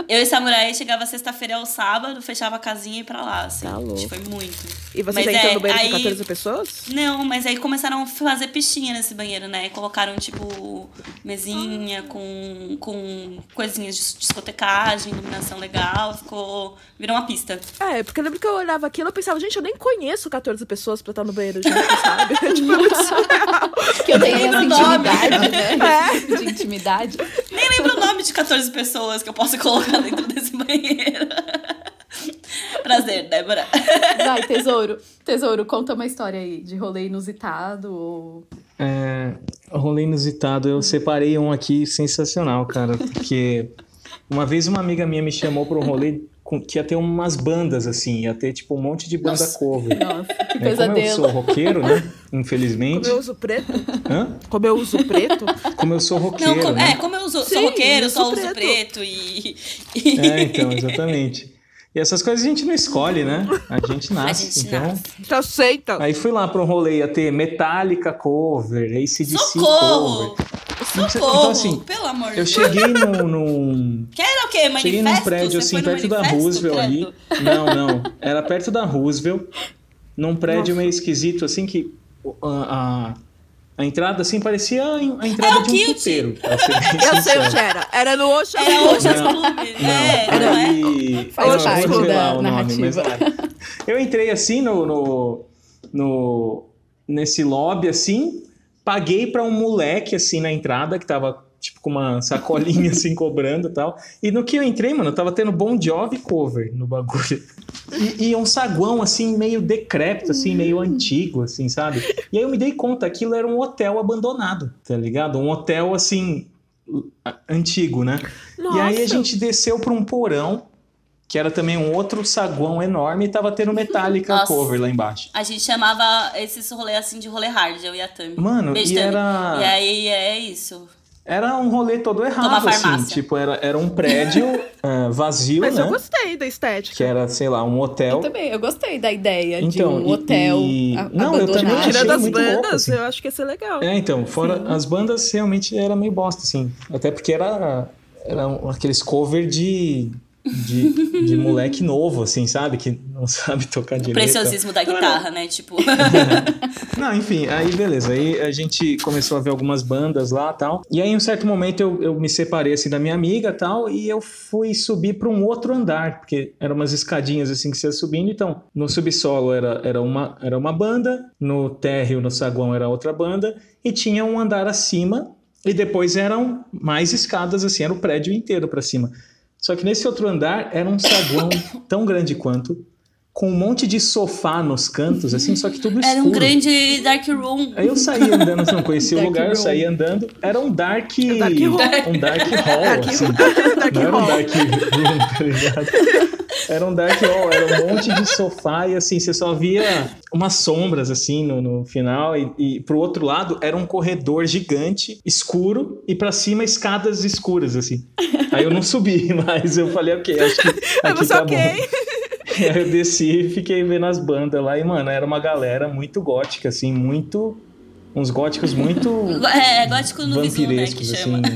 Eu e Samurai chegava sexta-feira ao sábado, fechava a casinha e ia pra lá, assim. Tá louco. foi muito. E você Mas já entrou no banheiro aí- com 14 pessoas? Não, mas aí começaram a fazer pichinha nesse banheiro, né? E colocaram, tipo, mesinha Ah. com, com coisinhas de discotecagem, iluminação legal. Ficou... Virou uma pista. É, porque eu lembro que eu olhava aquilo e eu pensava, gente, eu nem conheço 14 pessoas pra estar no banheiro junto, sabe? tipo, é muito surreal. Que eu tenho essa Lembra o nome. intimidade, né? De intimidade. Nem lembro o nome de 14 pessoas que eu posso colocar dentro desse banheiro. Prazer, Débora. Vai, tesouro. Tesouro, conta uma história aí de rolê inusitado ou. É, rolê inusitado, eu separei um aqui sensacional, cara, porque uma vez uma amiga minha me chamou para um rolê com- que ia ter umas bandas, assim, ia ter tipo um monte de banda cover. Nossa, que É, como eu sou pesadelo. roqueiro, né? Como Infelizmente. eu uso preto? Hã? Como eu uso preto? Como eu sou Não, roqueiro, com- né? é, como eu uso, sou Sim, roqueiro, eu só sou uso preto. preto e... e- É, então, exatamente. E essas coisas a gente não escolhe, né? A gente A nasce. gente então... nasce. Então aceita. Aí fui lá para um rolê, ia ter Metallica cover, ACDC Socorro! cover. Socorro! Então, assim, Pelo amor de Eu Deus. cheguei num, num- Que era o quê? Manifesto? cheguei num prédio Você assim, foi no perto da manifesto, Roosevelt ali. credo? Não, não. Era perto da Roosevelt. Num prédio meio esquisito, assim, que a, a- a entrada assim parecia a en- a entrada É o de um Kilt. puteiro. pra ser bem Eu sei sincero. onde era. Era no Ocean. Era hoje os Não, clubes. Não, É, era não é? aí- Faz eu não parte vou revelar da o nome, mas narrativa. era. Eu entrei assim no, no, no- nesse lobby assim, paguei pra um moleque assim na entrada que tava tipo com uma sacolinha assim cobrando e tal. E no que eu entrei, mano, tava tendo Bon Jovi cover no bagulho. E, e um saguão assim meio decrépito, Hum. assim, meio antigo, assim, sabe? E aí eu me dei conta, aquilo era um hotel abandonado, tá ligado? Um hotel assim antigo, né? Nossa. E aí a gente desceu para um porão, que era também um outro saguão enorme, e tava tendo Metallica Nossa. cover lá embaixo. A gente chamava esses rolê assim de rolê hard, eu e a Tami. Mano, Beijo, e Tami. E era, aí é isso. era um rolê todo errado, Numa assim. farmácia. Tipo, era, era um prédio eh, vazio, Mas eu né? gostei da estética. Que era, sei lá, um hotel. Eu Então, também, eu gostei da ideia de Então, um e- hotel e- a- Não, eu também abandonado. é achei Tirando as muito louco, bandas, assim. eu acho que ia ser legal. É, então, fora as bandas realmente era meio bosta, assim. Até porque era, era um- aqueles cover de, de, de moleque novo, assim, sabe? Que não sabe tocar O direito. tá? preciosismo da Então guitarra, né? Tipo, Não, enfim, aí beleza. Aí a gente começou a ver algumas bandas lá tal. E aí, em um certo momento, eu, eu me separei assim da minha amiga tal. E eu fui subir para um outro andar, porque eram umas escadinhas assim que você ia subindo. Então, no subsolo era, era, uma, era uma banda, no térreo, no saguão, era outra banda. E tinha um andar acima. E depois eram mais escadas, assim, era o prédio inteiro para cima. Só que nesse outro andar era um saguão tão grande quanto, com um monte de sofá nos cantos, assim, só que tudo escuro. era um grande dark room. Aí eu saí andando, não conhecia o Dark lugar, eu room. saí andando. Era um dark. É Dark room. um dark hall, Dark assim. Dark não era um Hall. dark room, tá ligado? Era um dark hall, era um monte de sofá e assim, você só via umas sombras assim no, no final. E, e pro outro lado era um corredor gigante, escuro, e pra cima escadas escuras, assim. Aí eu não subi, mas eu falei, ok, acho que Aí aqui você, tá ok. bom. E aí eu desci e fiquei vendo as bandas lá. E, mano, era uma galera muito gótica, assim, muito uns góticos muito É, gótico no visu, né? Que vampirescos, chama. assim.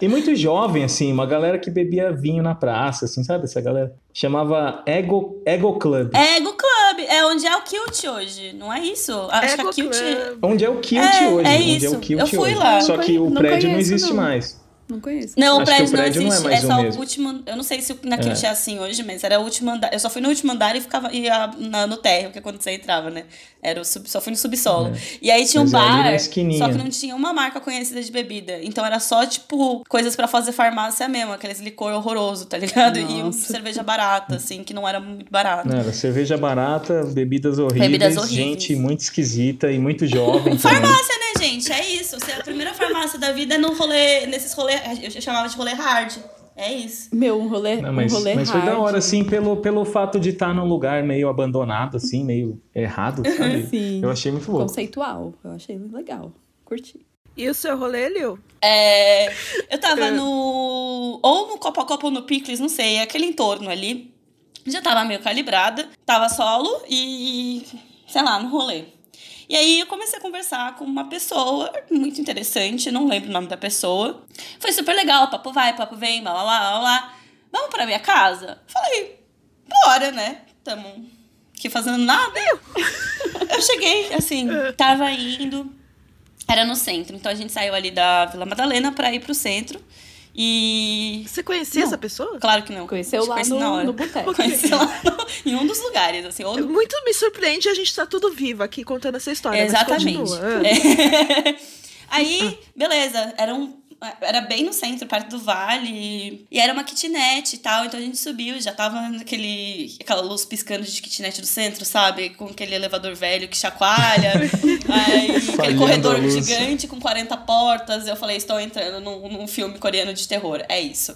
e muito jovem, assim, uma galera que bebia vinho na praça, assim, sabe? Essa galera chamava Ego, Ego Club. É Ego Club, é onde é o Kilt hoje, não é isso? Acho Ego que a Kilt. Club. Onde é o Kilt É, é hoje? onde é isso. o Kilt Eu fui hoje. lá. Só Não que o conhe- não prédio não conheço, existe não. mais. Não conheço. Não, o Acho que o prédio, prédio não não é existe. mais o só o mesmo. último. Eu não sei se na Kilt é. assim hoje, mas era o último andar. Eu só fui no último andar e ficava e a- na- no térreo, que quando você entrava, né? Era o sub, só fui no subsolo. E aí tinha um É. Mas era ali na bar, só que esquininha. não tinha uma marca conhecida de bebida. Então era só, tipo, coisas pra fazer farmácia mesmo, aqueles licor horroroso, tá ligado? E um Nossa. cerveja barata, assim, que não era muito barata. Não, Né, era cerveja barata, bebidas horríveis, Bebidas horríveis. gente muito esquisita e muito jovem. também. Farmácia, né, gente? É isso. Você- A primeira farmácia da vida é no rolê, nesses rolê, eu chamava de rolê hard. É isso. Meu, um rolê, Não, Né, mas, um rolê mas foi da hard. hora, assim, pelo, pelo fato de estar num lugar meio abandonado, assim, meio errado, sabe? Sim. Eu achei muito louco. Conceitual. Eu achei legal. Curti. E o seu rolê, Liu? É, eu tava no. Ou no Copa Copa ou no Picles, não sei, aquele entorno ali. Já tava meio calibrada, tava solo e. sei lá, no rolê. E aí eu comecei a conversar com uma pessoa muito interessante, não lembro o nome da pessoa. Foi super legal, papo vai, papo vem, blá blá blá blá blá. Vamos pra minha casa? Falei, bora, né? Tamo aqui fazendo nada. Eu cheguei, assim, tava indo era no centro. Então a gente saiu ali da Vila Madalena pra ir pro centro. E. Você conhecia Não. essa pessoa? Claro que não. Conheceu Te lá conheci no- na hora. no boteco. Conheci lá no- em um dos lugares, assim. Ou no Muito me surpreende a gente tá tudo vivo aqui contando essa história. mas Exatamente. continua. É. Aí, beleza, era um. Era bem no centro, perto do vale. E era uma kitnet e tal. Então a gente subiu, já tava naquele. aquela luz piscando de kitnet do centro, sabe? Com aquele elevador velho que chacoalha. aí, aquele Falhando a corredor luz. gigante com 40 portas. Eu falei, estou entrando num, num filme coreano de terror. É isso.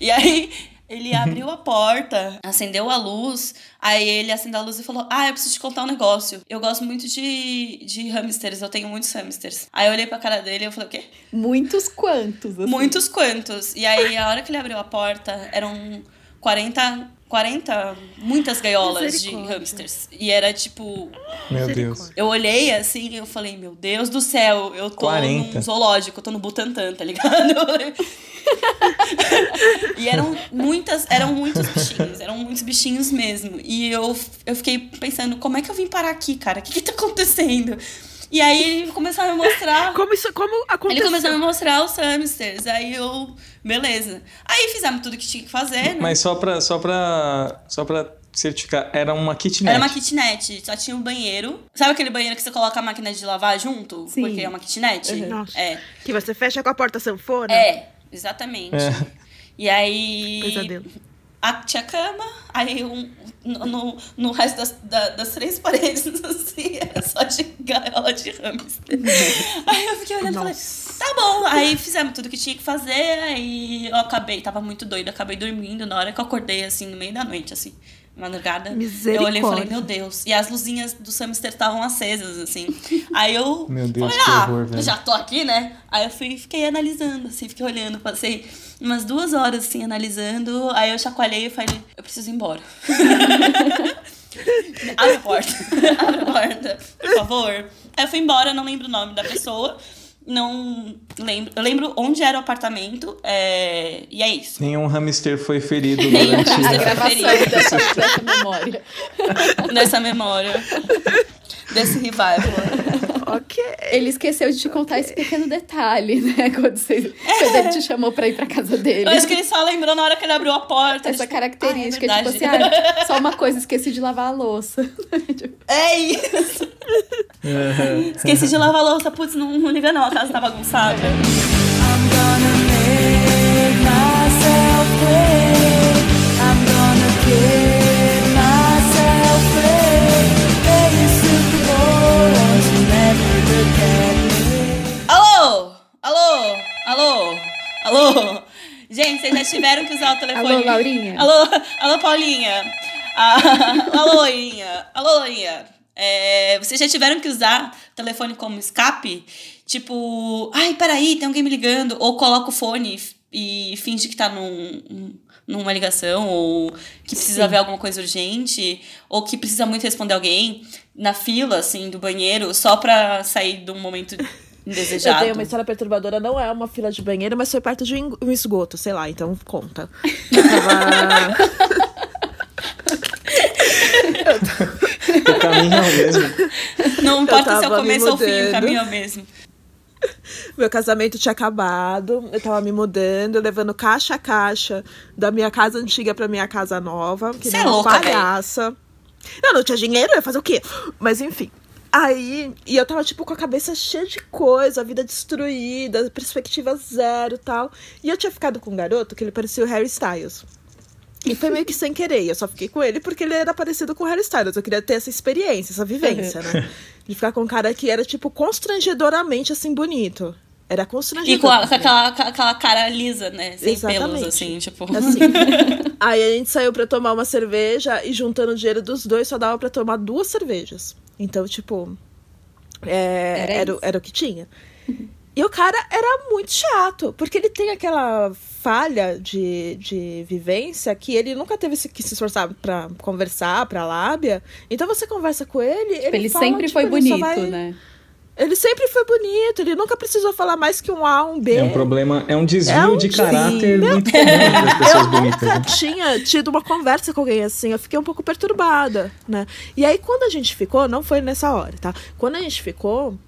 E aí. Ele abriu a porta, acendeu a luz, aí ele acendeu a luz e falou: Ah, eu preciso te contar um negócio. Eu gosto muito de, de hamsters, eu tenho muitos hamsters. Aí eu olhei pra cara dele e eu falei: O quê? Muitos quantos, assim. Muitos quantos. E aí, a hora que ele abriu a porta, eram 40, 40 muitas gaiolas de Misericórdia. hamsters. E era tipo. Meu Deus. Eu olhei assim e eu falei, meu Deus do céu, eu tô 40. num zoológico, eu tô no Butantan, tá ligado? e eram muitas, eram muitos bichinhos, eram muitos bichinhos mesmo. E eu, eu fiquei pensando, como é que eu vim parar aqui, cara? O que que tá acontecendo? E aí ele começou a me mostrar. Como isso, como Ele aconteceu? começou a me mostrar os hamsters. Aí eu, beleza. Aí fizemos tudo que tinha que fazer, né? Mas só pra, só pra, só pra certificar, era uma kitnet. Era uma kitnet, só tinha um banheiro. Sabe aquele banheiro que você coloca a máquina de lavar junto? Sim. Porque é uma kitnet? Uhum. Nossa. É. Que você fecha com a porta sanfona? É, exatamente. É, E aí. Pesadelo. A, tinha cama, aí um, no, no, no resto das, da- das três paredes, assim, era só de gaiola de hamster. aí eu fiquei olhando e falei, tá bom. Aí fizemos tudo que tinha que fazer, aí eu acabei, tava muito doida, acabei dormindo na hora que eu acordei, assim, no meio da noite, assim, madrugada. Eu olhei e falei, Misericórdia. meu Deus. E as luzinhas do hamster estavam acesas, assim. Aí eu Meu Deus, falei, que ah, horror, eu velho." já tô aqui, né? Aí eu fui, fiquei analisando, assim, fiquei olhando, passei umas duas horas, assim, analisando. Aí eu chacoalhei e falei, eu preciso ir embora. Abre a porta, abre a porta, por favor. Aí eu fui embora, não lembro o nome da pessoa. Não lembro. Eu lembro onde era o apartamento. é, E é isso. Nenhum hamster foi ferido Nenhum durante A hamster a- gravação dessa, dessa memória. Nessa memória. Desse revival. Ok. Ele esqueceu de te contar esse pequeno detalhe, né? Quando, você, quando ele te chamou pra ir pra casa dele. Eu acho que ele só lembrou na hora que ele abriu a porta. Essa tipo, característica, ah, é tipo assim, verdade. ah, só uma coisa, esqueci de lavar a louça. Tipo, É isso. Esqueci de lavar a louça. Putz, não, não liga não, a casa tá bagunçada. Alô? Alô? Alô? Alô? Gente, vocês já tiveram que usar o telefone. Alô, Laurinha? Alô, alô Paulinha. Ah, alô, Lourinha. Alô, Lourinha. É, vocês já tiveram que usar o telefone como escape? Tipo, ai, peraí, tem alguém me ligando. Ou coloca o fone e finge que tá num, num- numa ligação, ou que precisa ver alguma coisa urgente, ou que precisa muito responder alguém na fila, assim, do banheiro, só pra sair de um momento Eu indesejado. tenho uma história perturbadora, não é uma fila de banheiro, mas foi perto de um um esgoto, sei lá, então conta. O caminho é o mesmo. Não importa se é o tava me começo ou o fim, o mudando. caminho é o mesmo. Meu casamento tinha acabado, eu tava me mudando, levando caixa a caixa da minha casa antiga pra minha casa nova. Que Cê é nem uma louca, véi. palhaça. Não, não tinha dinheiro, eu ia fazer o quê? Mas enfim. Aí, e eu tava, tipo, com a cabeça cheia de coisa, a vida destruída, perspectiva zero e tal. E eu tinha ficado com um garoto que ele parecia o Harry Styles. E foi meio que sem querer, eu só fiquei com ele porque ele era parecido com o Harry Styles. Eu queria ter essa experiência, essa vivência, Uhum. né? De ficar com um cara que era, tipo, constrangedoramente, assim, bonito. Era constrangedor. E com, a- com aquela, com aquela cara lisa, né? Sem pelos, Exatamente. assim, tipo. Assim. Aí a gente saiu pra tomar uma cerveja e juntando o dinheiro dos dois só dava pra tomar duas cervejas. Então, tipo, é, Era era, o- era o que tinha. E o cara era muito chato, porque ele tem aquela falha de, de vivência que ele nunca teve se- que se esforçar pra conversar, pra lábia. Então você conversa com ele, ele, Ele, fala, sempre tipo, foi ele só bonito, vai- né? Ele sempre foi bonito, ele nunca precisou falar mais que um A, um B. É um problema, é um desvio É um de desvio. caráter muito comum das pessoas Eu bonitas. nunca né? tinha tido uma conversa com alguém assim, eu fiquei um pouco perturbada, né? E aí, quando a gente ficou, não foi nessa hora, tá? Quando a gente ficou,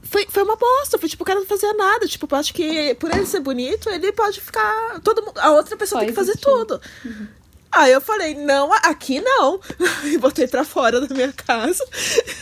foi, foi uma bosta, foi tipo, o cara não fazia nada. Tipo, eu acho que por ele ser bonito, ele pode ficar. Todo mundo, a outra Só pessoa tem que fazer existir. tudo. Aí eu falei, não, aqui não. E botei pra fora da minha casa.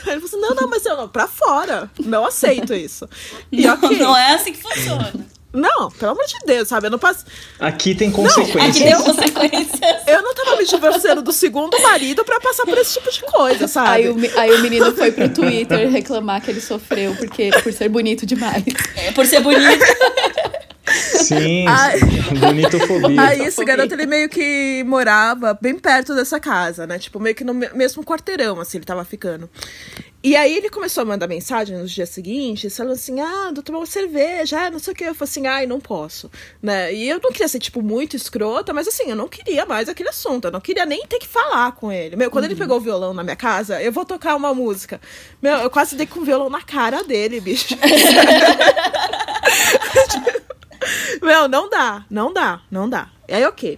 Aí ele falou assim, não, não, mas eu não, pra fora. Não aceito isso. E não, ok. não é assim que funciona. Não, pelo amor de Deus, sabe? Eu não passo. Aqui tem Aqui consequências. deu consequências. Eu não tava me divorciando do segundo marido pra passar por esse tipo de coisa, sabe? Aí o, me- aí o menino foi pro Twitter reclamar que ele sofreu porque, por ser bonito demais. É, Por ser bonito. Sim, Ai. bonitofobia. Aí esse garoto, ele meio que morava bem perto dessa casa, né? Tipo, meio que no me- mesmo quarteirão, assim, ele tava ficando. E aí ele começou a mandar mensagem nos dias seguintes, falando assim, ah, vou tomar uma cerveja, ah, não sei o que. Eu falei assim, ai, não posso, né? E eu não queria ser, tipo, muito escrota, mas assim, eu não queria mais aquele assunto. Eu não queria nem ter que falar com ele. Meu, quando ele pegou o violão na minha casa, eu vou tocar uma música. Meu, eu quase dei com o violão na cara dele, bicho. Meu, não dá, não dá, não dá. Aí, ok.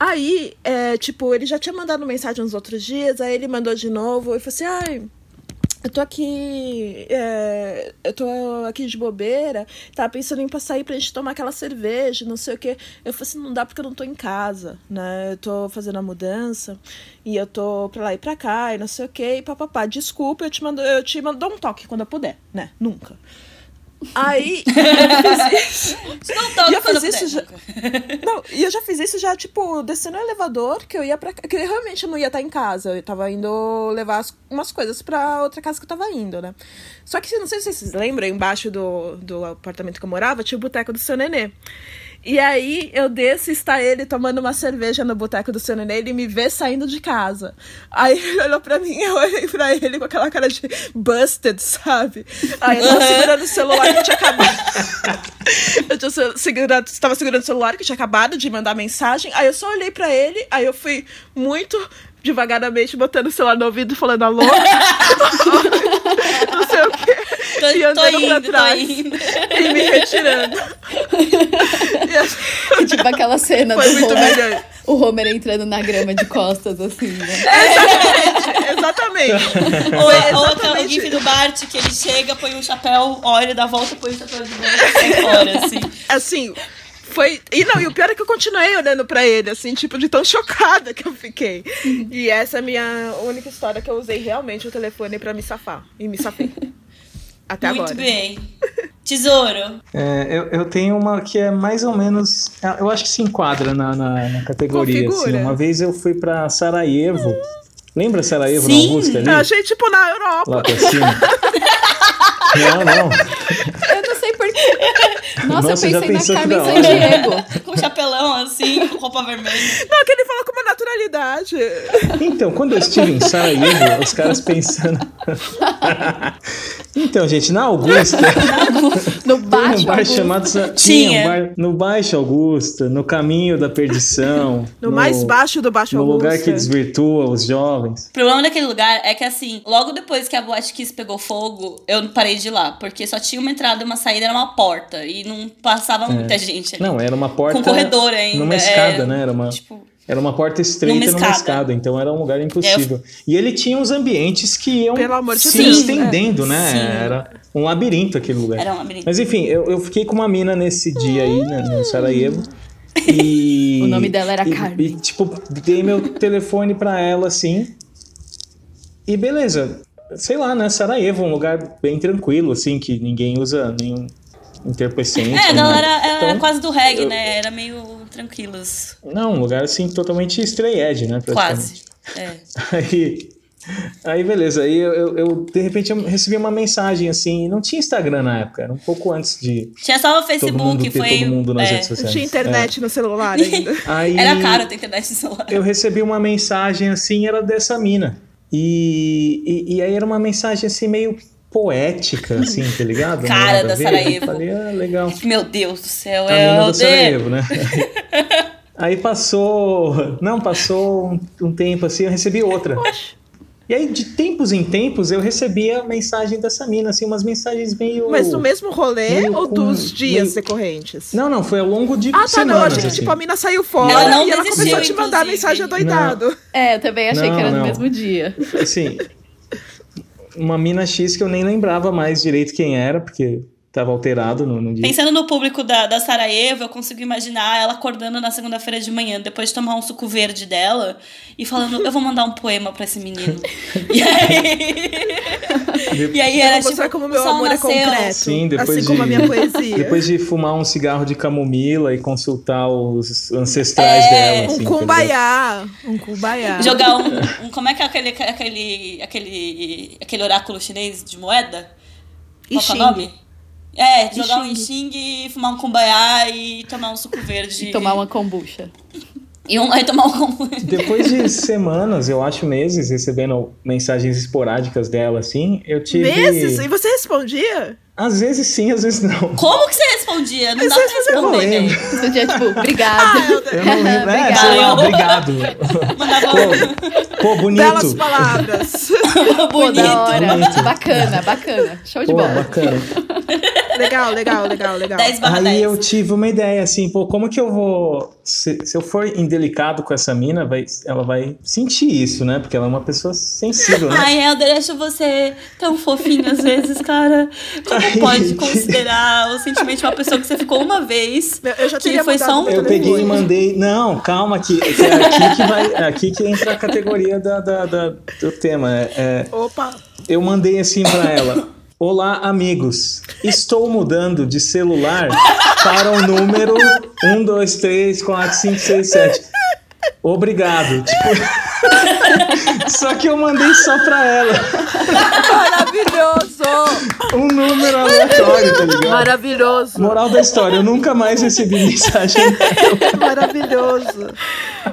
Aí, é, tipo, ele já tinha mandado mensagem uns outros dias, aí ele mandou de novo e falou assim: ai. Eu tô aqui. é, eu tô aqui de bobeira. Tava pensando em passar aí pra gente tomar aquela cerveja, não sei o quê. Eu falei assim, não dá porque eu não tô em casa, né? Eu tô fazendo a mudança e eu tô pra lá e pra cá, e não sei o quê, e papapá. Desculpa, eu te mando, eu te mando dou um toque quando eu puder, né? Nunca. Aí eu fiz isso. Não toca E eu quando fiz isso puder. Não, e eu já fiz isso já, tipo, descendo o elevador, que eu ia pra. que eu realmente não ia estar em casa. Eu tava indo levar as- umas coisas pra outra casa que eu tava indo, né? Só que não sei se vocês lembram, embaixo do, do apartamento que eu morava, tinha o boteco do seu nenê. E aí eu desço e está ele tomando uma cerveja no boteco do seu nenê, ele me vê saindo de casa. Aí ele olhou pra mim, eu olhei pra ele com aquela cara de busted, sabe? Aí eu tava segurando o celular que tinha acabado. Eu tinha se- segurado, estava segurando o celular que eu tinha acabado de mandar mensagem. Aí eu só olhei pra ele, aí eu fui muito devagaramente botando o celular no ouvido, falando alô. não sei o quê. Tô, e tô andando pra indo, tô trás. indo. E me retirando. E assim, É tipo aquela cena Foi do muito Homer, humilhante. o Homer entrando na grama de costas, assim, né? Exatamente. Ou, ou aquela exatamente. gif do Bart que ele chega, põe um chapéu, olha, dá a volta, põe o chapéu de novo e sai fora, assim. Assim, foi. E não, e o pior é que eu continuei olhando pra ele, assim, tipo, de tão chocada que eu fiquei. E essa é a minha única história que eu usei realmente o telefone pra me safar. E me safei. Até Muito agora. bem. Tesouro. É, eu, eu tenho uma que é mais ou menos. Eu acho que se enquadra na, na- na categoria. Assim. Configura. Uma vez eu fui pra Sarajevo. Lembra Sarajevo Sim. na Augusta ali? Eu achei, tipo, na Europa. Lá pra cima. não, não. Eu não sei porquê. Nossa, Nossa, já eu pensei pensou na que Carmen da San Diego. Com chapelão, assim, com roupa vermelha. Não, que ele falou com uma naturalidade. Então, quando eu estive em Sarajevo, os caras pensando. então, gente, na Augusta. No Tem um baixo. bar Augusta. chamado. Sa- Tinha. um bar no Baixo Augusta, no Caminho da Perdição. No, mais baixo do Baixo No Augusta. lugar que desvirtua os jovens. O problema daquele lugar é que, assim, logo depois que a Boate Kiss pegou fogo, eu parei de ir lá. Porque só tinha uma entrada, uma saída, era uma porta. E não passava muita gente ali. É. Não, era uma porta. Com corredor ainda. Numa é, escada, né? Era uma, Tipo, era uma porta estreita Numa numa escada. É, escada. então era um lugar impossível. E ele tinha uns ambientes que iam Pelo amor de se Deus, estendendo, né? é. Sim. Era um labirinto aquele lugar. era um labirinto. Mas enfim, eu, eu fiquei com uma mina nesse dia aí, né, no Sarajevo. E, O nome dela era e- Carmen. E, tipo, dei meu telefone pra ela assim. E beleza, sei lá, né? Sarajevo, um lugar bem tranquilo, assim, que ninguém usa nenhum entorpecente. É, a nem nada. galera ela era Então, quase do reggae, eu- né? Era meio tranquilos. Não, um lugar assim totalmente stray edge, né? Quase. praticamente. É. Aí, aí beleza, aí eu, eu- eu, de repente eu recebi uma mensagem assim, não tinha Instagram na época, era um pouco antes de Tinha só o todo Facebook, mundo ter foi. todo mundo nas é. redes Não sociais. tinha internet no celular ainda. É. Aí Era caro ter internet no celular. eu recebi uma mensagem assim, era dessa mina. E, e, e aí era uma mensagem assim meio poética, assim, tá ligado? Cara Nada a da ver. Sarajevo. Eu Falei, ah, legal. Meu Deus do céu, A é mina o do de... Sarajevo, né? Aí passou. Não, passou um, um tempo assim, eu recebi outra. E aí, de tempos em tempos, eu recebia mensagem dessa mina, assim, umas mensagens meio. Mas no mesmo rolê Meio ou com- dos dias meio- decorrentes? Não, não, foi ao longo de. Ah, tá, não. A semanas, gente, assim. tipo, a mina saiu fora Ela não e ela desistiu, começou a te mandar inclusive. mensagem adoidado. É, eu também achei Não, que era no não. mesmo dia. Assim. Uma mina X que eu nem lembrava mais direito quem era, porque tava alterado no, no dia. Pensando no público da, da Sarajevo, eu consigo imaginar ela acordando na segunda-feira de manhã, depois de tomar um suco verde dela, e falando, eu vou mandar um poema pra esse menino. e aí... e aí Eu era vou mostrar tipo, como o meu sol amor nasceu. é concreto. Sim, depois assim de- como a minha poesia. Depois de fumar um cigarro de camomila e consultar os ancestrais É, dela. Um Assim, tá ligado? cumbaiá. Um cumbaiá. Jogar um, um- Como é que é aquele, aquele, aquele, aquele oráculo chinês de moeda? Qual que é o Ixing. nome? É, jogar um Ixing. Ixing, fumar um kumbaya e tomar um suco verde. E tomar uma kombucha. E, um, e tomar um kombucha. Depois de semanas, eu acho meses, recebendo mensagens esporádicas dela, assim, eu tive. Meses? E você respondia? Às vezes sim, às vezes não. Como que você respondia? Não dá pra Eu não responder, né? lembro. velho. Você tinha, tipo, Ah, obrigada. Eu não lembro. É, Obrigada. sei lá, obrigado. Mandava Pô, pô, Belas bonito. palavras. Pô, um da bonito. hora. bonito. Bacana, bacana. Show de Pô, bola. bacana. legal, legal, legal, legal. 10 barra Aí 10. eu tive uma ideia assim, pô, como que eu vou. Se, se eu for indelicado com essa mina, vai, ela vai sentir isso, né? Porque ela é uma pessoa sensível, né? Ai, Helder, acho você tão fofinho às vezes, cara. Como Ai, pode gente. considerar o sentimento de uma pessoa que você ficou uma vez? Meu, Eu já Que teria foi mandado só um- meu Eu peguei e telefone. mandei. Não, calma, que, que é aqui que vai. é aqui que entra a categoria da, da- da- do tema. É, é, Opa. eu mandei assim pra ela: Olá, amigos. Estou mudando de celular para o número 1, 2, 3, 4, 5, 6, 7. Obrigado. Tipo, só que eu mandei só pra ela. Maravilhoso! Um número aleatório, tá ligado? Maravilhoso! Moral da história, eu nunca mais recebi mensagem Maravilhoso!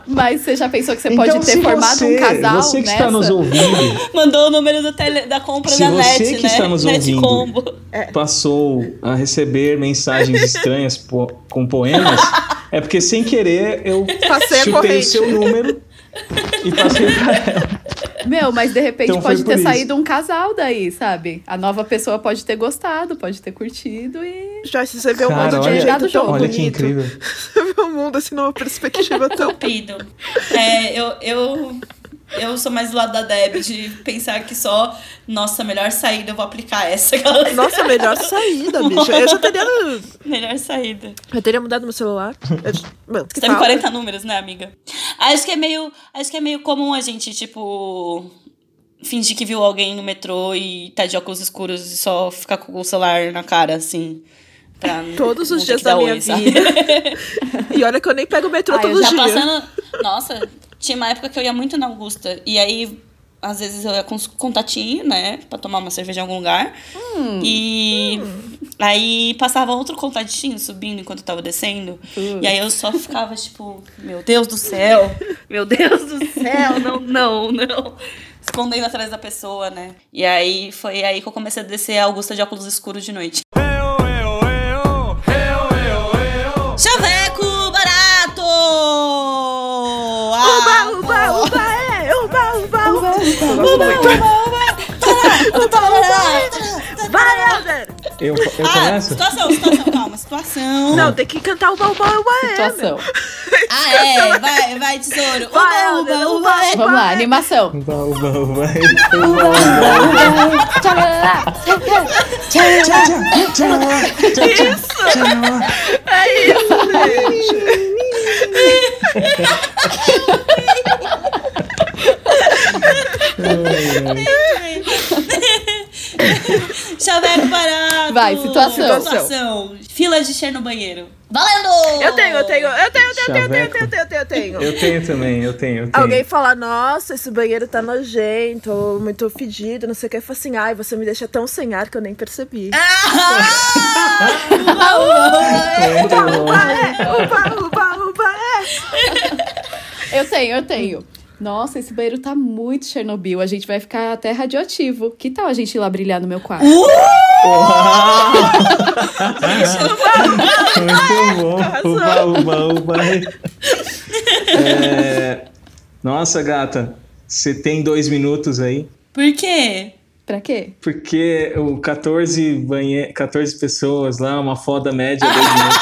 Mas você já pensou que você pode Então, ter se formado você, um casal Você que nessa? está nos ouvindo, Mandou o número do tele, da compra Se da você net, que né? está nos net ouvindo. combo. É. passou a receber mensagens estranhas po- com poemas, é porque sem querer eu Passei a chutei o corrente. seu número e passei pra ela. Meu, mas de repente Então foi pode ter por isso. saído um casal daí, sabe? A nova pessoa pode ter gostado, pode ter curtido e. Já se você vê o Cara, mundo de um olha- jeito tão Olha bonito. que incrível. Você vê o mundo assim numa perspectiva tão. Cupido. É, eu, eu, eu sou mais do lado da Deb de pensar que só, nossa, melhor saída, eu vou aplicar essa, galera. Nossa, melhor saída, bicho. Eu já teria. Melhor saída. Eu teria mudado meu celular. Eu... Mano, que Você tá teve falta. 40 números, né, amiga? Acho que é meio, acho que é meio comum a gente, tipo, fingir que viu alguém no metrô e tá de óculos escuros e só ficar com o celular na cara, assim. Pra não- Todos não os ter dias que dar da minha oi, sabe? vida. E olha que eu nem pego o metrô Ah, eu todo Já dia. passando. Nossa, tinha uma época que eu ia muito na Augusta. E aí, às vezes, eu ia com os contatinho, né? Pra tomar uma cerveja em algum lugar. Hum. E aí passava outro contatinho subindo enquanto eu tava descendo. E aí eu só ficava, tipo, meu Deus do céu! Meu Deus do céu! Não, não, não! Escondendo atrás da pessoa, né? E aí foi aí que eu comecei a descer a Augusta de óculos escuros de noite. Eu, eu, Ah, é, Então, Uma, uma, uma. Tá lá, tá lá, tá lá. Vai, Elder! Eu, eu Ah, começo? situação, situação, calma, situação. Não, tem que cantar uma, uma, uma, Então é. Situação. Ah, é, vai, vai, tesouro. Uba, uba, Vai, Helder, uba. uba. é. Vamos lá, animação. Uba, uba, uba, uba, uba. Tchau, tchau, tchau, tchau, tchau, tchau. tá Chaveiro parado. Vai, situação. Situação. Fila de cheiro no banheiro. Valendo! Eu tenho, eu tenho, eu tenho, eu tenho, eu tenho, eu Chaveco. tenho, eu tenho, eu tenho, eu tenho. Eu tenho também, eu tenho, eu tenho. Alguém fala, nossa, esse banheiro tá nojento, ou muito fedido, não sei o que. Eu falo assim, ai, você me deixa tão sem ar que eu nem percebi. É, Ah! Então- Muito bom. é. Uba, uba, uba, é. Eu tenho, eu tenho. Nossa, esse banheiro tá muito Chernobyl. A gente vai ficar até radioativo. Que tal a gente ir lá brilhar no meu quarto? "Ah, Muito tá bom. Uba, uba, uba. É, Nossa, gata, você tem dois minutos aí? Por quê? Pra quê? Porque o 14, banhe... 14 pessoas lá, uma foda média, dois minutos.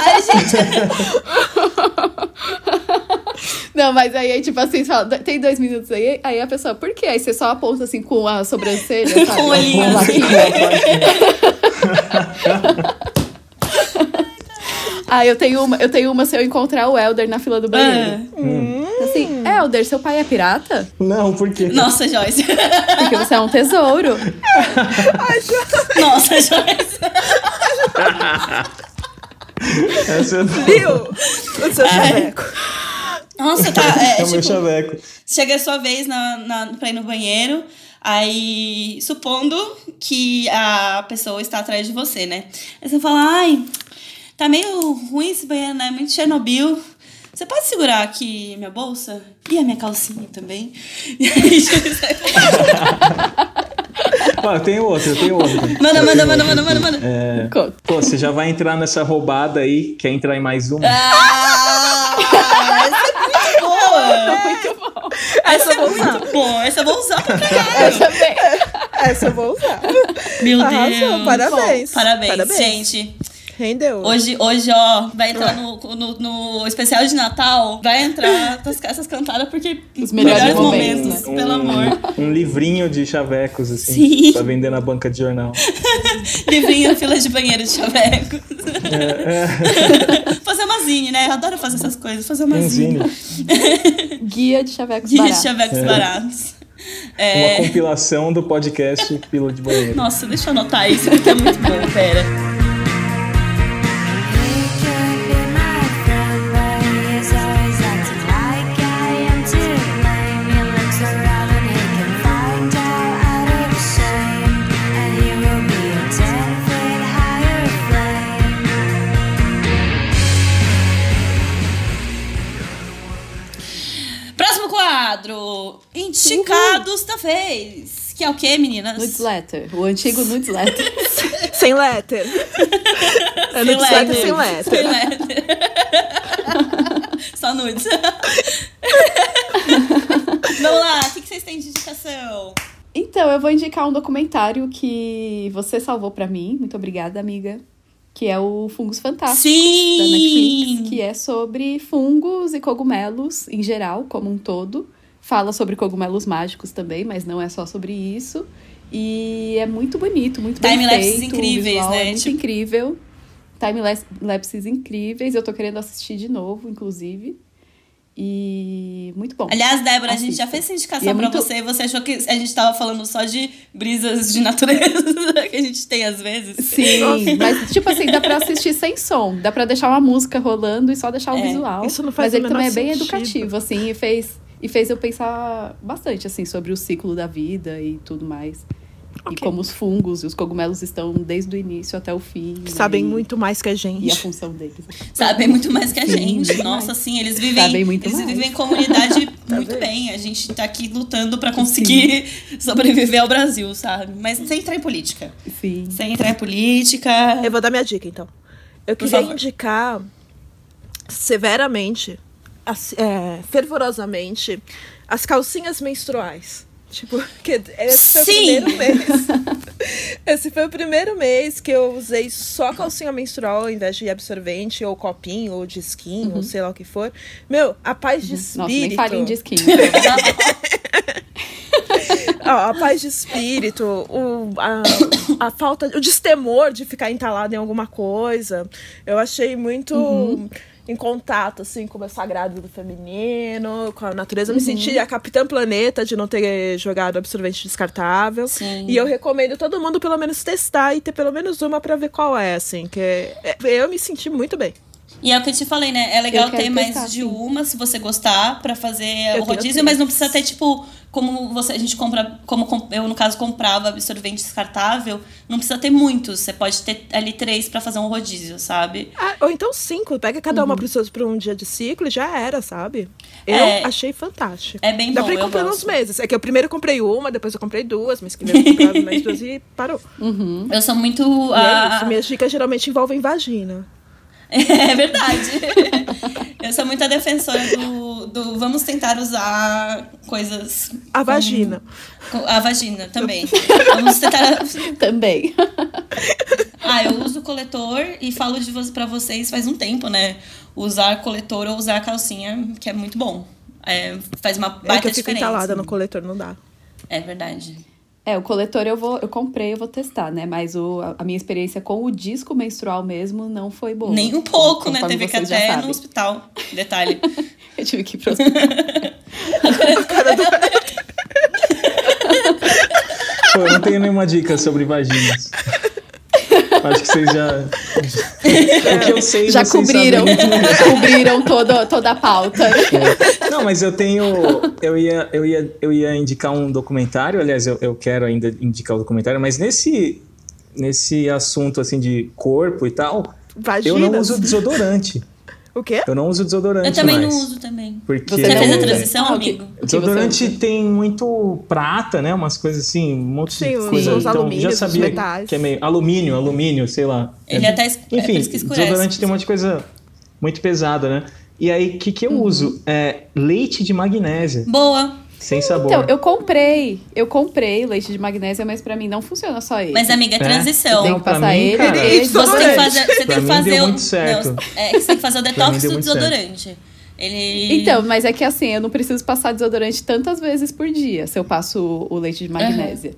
Ai, gente, Não, mas aí, aí, tipo assim, você fala, tem dois minutos aí? Aí a pessoa, por quê? Aí você só aponta assim com a sobrancelha, sabe? Com o olhinho, Uma assim. Ah, eu tenho uma, eu tenho uma se eu encontrar o Elder na fila do banheiro. Ah. Assim, Elder, seu pai é pirata? Não, por quê? Nossa, Joyce. Porque você é um tesouro. Nossa, Joyce. Essa é Viu? O seu chaveco. Nossa, tá. É, é o meu tipo, chaveco. chega a sua vez na, na, pra ir no banheiro. Aí, supondo que a pessoa está atrás de você, né? Aí você fala, ai, tá meio ruim esse banheiro, né? Muito Chernobyl. Você pode segurar aqui minha bolsa? E a minha calcinha também? E aí, Ah, eu tenho outro, eu tenho outro. manda, manda, manda, manda, manda, manda. Conta. Pô, você já vai entrar nessa roubada aí, quer entrar em mais um? uma? É, Ah, essa é muito boa! é Essa eu vou usar. Muito boa, essa eu vou usar pra caralho. Eu também. Essa eu vou usar. Meu Arrasou, Deus. parabéns. Bom, parabéns, Parabéns. gente. Rendeu. Hoje, hoje, ó, vai entrar É. no, no, no especial de Natal, vai entrar essas, essas cantadas, porque Os melhores momentos, né? momentos, né? pelo amor. Um livrinho de chavecos, assim, Sim. pra vender na banca de jornal. Livrinho, fila de banheiro de chavecos. fazer uma zine, né? Eu adoro fazer essas coisas, fazer uma Um zine. É. zine, É. Guia de chavecos Guia de baratos. chavecos baratos. uma É. compilação do podcast Pila de Banheiro. Nossa, deixa eu anotar isso, porque é muito bom, pera. Próximo quadro! Indicados da vez! Que é o quê, meninas? Newsletter. O antigo newsletter. Sem letter. É no letter. letter sem letter. Sem letter. Só nudes. Vamos lá, o que que vocês têm de indicação? Então, eu vou indicar um documentário que você salvou pra mim. Muito obrigada, amiga. Que é o Fungos Fantásticos. da Netflix, que é sobre fungos e cogumelos em geral, como um todo. Fala sobre cogumelos mágicos também, mas não é só sobre isso. E é muito bonito, muito bem Time-lapses feito. o incríveis, visual né? É muito Tipo- incrível. Time-lapses incríveis. Eu tô querendo assistir de novo, inclusive. E muito bom. Aliás, Débora, a gente Assista. já fez essa E indicação é pra muito- você e você achou que a gente tava falando só de brisas de natureza que a gente tem às vezes. Sim, mas tipo assim, dá pra assistir sem som. Dá pra deixar uma música rolando e só deixar o É, visual. isso não faz mas o ele também é menor bem sentido. educativo, assim, e fez, e fez eu pensar bastante, assim, sobre o ciclo da vida e tudo mais. E como os fungos e os cogumelos estão desde o início até o fim. né? Sabem e- muito mais que a gente. Uhum. E a função deles. Sabem é muito mais que a gente. Nossa, assim, eles vivem. Sabem muito eles mais. vivem em comunidade muito bem. A gente tá aqui lutando pra conseguir sobreviver ao Brasil, sabe? Mas sem entrar em política. Sim. Sem entrar em política. Eu vou dar minha dica, então. Eu Por queria favor. indicar severamente, assim, é, fervorosamente, as calcinhas menstruais. Tipo, que esse Sim! foi o primeiro mês. esse foi o primeiro mês que eu usei só calcinha menstrual ao invés de absorvente, ou copinho, ou disquinho, ou sei lá o que for. Meu, a paz de Uhum. Nossa, espírito. nem falem de skin. Ó, a paz de espírito, o, a, a falta, o destemor de ficar entalado em alguma coisa. Eu achei muito em contato, assim, com o meu sagrado do feminino, com a natureza. Eu me senti a Capitã Planeta de não ter jogado absorvente descartável. Sim. E eu recomendo todo mundo, pelo menos, testar e ter pelo menos uma pra ver qual é, assim. Que é- eu me senti muito bem. E é o que eu te falei, né? É legal Eu quero ter mais testar, de sim. uma, se você gostar, pra fazer Eu o tenho rodízio, três. mas não precisa ter, tipo, como você, a gente compra, como com- eu, no caso, comprava absorvente descartável, não precisa ter muitos. Você pode ter ali três pra fazer um rodízio, sabe? Ah, ou então cinco, pega cada Uhum. uma pro seu, pra um dia de ciclo e já era, sabe? Eu É. achei fantástico. É bem Dá bom, pra ir eu comprando gosto. uns meses. É que eu primeiro comprei uma, depois eu comprei duas, mas que vem eu comprava mais duas e parou. Eu sou muito. Hum. E é ah, isso. Minhas dicas geralmente envolvem vagina. É verdade. Eu sou muito a defensora do, do vamos tentar usar coisas. A vagina. com- A vagina também. Vamos tentar. Também. Ah, eu uso coletor e falo de vo- pra vocês faz um tempo, né? Usar coletor ou usar calcinha, que é muito bom. É, faz uma baita é que eu fico diferença. entalada no coletor, não dá. É verdade. É, o coletor eu vou, eu comprei, eu vou testar, né? Mas o, a- a minha experiência com o disco menstrual mesmo não foi boa. Nem um pouco, né? Conforme Teve que vocês já até sabem. no hospital. Detalhe. Eu tive que ir pro hospital. Pô, eu não tenho nenhuma dica sobre vaginas. Acho que vocês já. É O que eu sei, Já vocês sabem cobriram, muito bem. cobriram toda, toda a pauta. Não, mas eu tenho. Eu ia, eu ia, eu ia indicar um documentário, aliás, eu, eu quero ainda indicar o documentário, mas nesse, nesse assunto assim de corpo e tal, eu Vagina. não uso desodorante. O quê? Eu não uso desodorante. Eu também mais, não uso também. Porque é, Você Você não fez a usa? transição, Ah, ok. amigo? O que você Desodorante usa? tem muito prata, né? Umas coisas assim, um monte Sim, de os- coisa. os então, alumínios, já os sabia metais. que é meio alumínio, alumínio, sei lá. Ele É- até es- é por Enfim, isso Uhum. que escurece. desodorante tem um monte de coisa muito pesada, né? E aí, o que, que eu uso? É leite de magnésia, Boa. sem sabor. Então, eu comprei, eu comprei leite de magnésia, mas pra mim não funciona só ele. Mas, amiga, é É? transição. tem Não, que pra passar mim, ele, cara, é. ele, isso Você tem que Desodorante. fazer, você Pra tem que mim fazer deu o. muito certo. Não, é que você tem que fazer o detox deu do muito certo. desodorante. Ele. Então, mas é que assim, eu não preciso passar desodorante tantas vezes por dia se eu passo o- o leite de magnésia.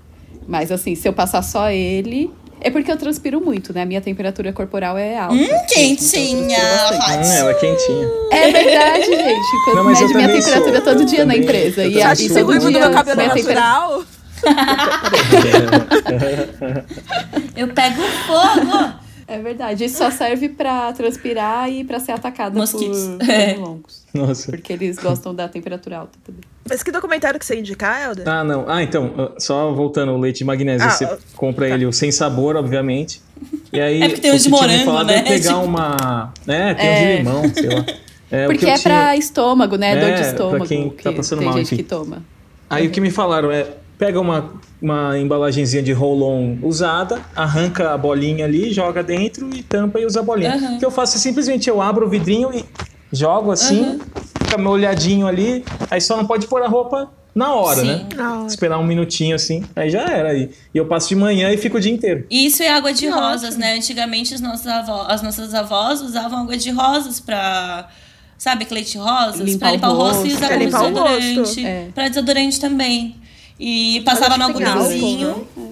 Mas assim, se eu passar só ele. É porque eu transpiro muito, né? A minha temperatura corporal é alta. Hum, quentinha! Ah, ela é quentinha. É verdade, gente. Quando Não, mas eu mede minha também sou. temperatura todo dia na Também- empresa. eu E também a- sou. e Você todo cuida do dia meu cabelo minha temperatura. natural? É. Eu pego fogo! É verdade. Isso só serve pra transpirar e pra ser atacada Mosquitos. por É. longos. Nossa. Porque eles gostam da temperatura alta também. Mas que documentário que você ia indicar, Helder? Ah, não. Ah, então, ah, só voltando ao leite de magnésia, Ah, ah, você compra ele o sem sabor, obviamente. E aí, tá. É porque tem o uns de que tinha me morango, falado né? é pegar Tipo- uma. É, tem É. uns de limão, sei lá. É, o Porque que eu é tinha... pra estômago, né? Dor É, de pra estômago. quem que tá passando tem mal, gente enfim. que toma. Aí o que me falaram é: pega uma, uma embalagenzinha de roll-on usada, arranca a bolinha ali, joga dentro e tampa e usa a bolinha. Aham. O que eu faço é simplesmente eu abro o vidrinho e jogo assim, fica meu olhadinho ali, aí só não pode pôr a roupa na hora, Sim. né? Na hora. Esperar um minutinho assim, aí já era. aí. E eu passo de manhã e fico o dia inteiro. E Isso é água de rosas, né? Antigamente os nossos avó- as nossas avós usavam água de rosas pra. Sabe, que leite de rosas? Limpar pra o limpar o rosto e rosto. usar Pra como limpar o desodorante. rosto, é. Pra desodorante também. E passava no Mas acho que tem álcool, algodãozinho. né?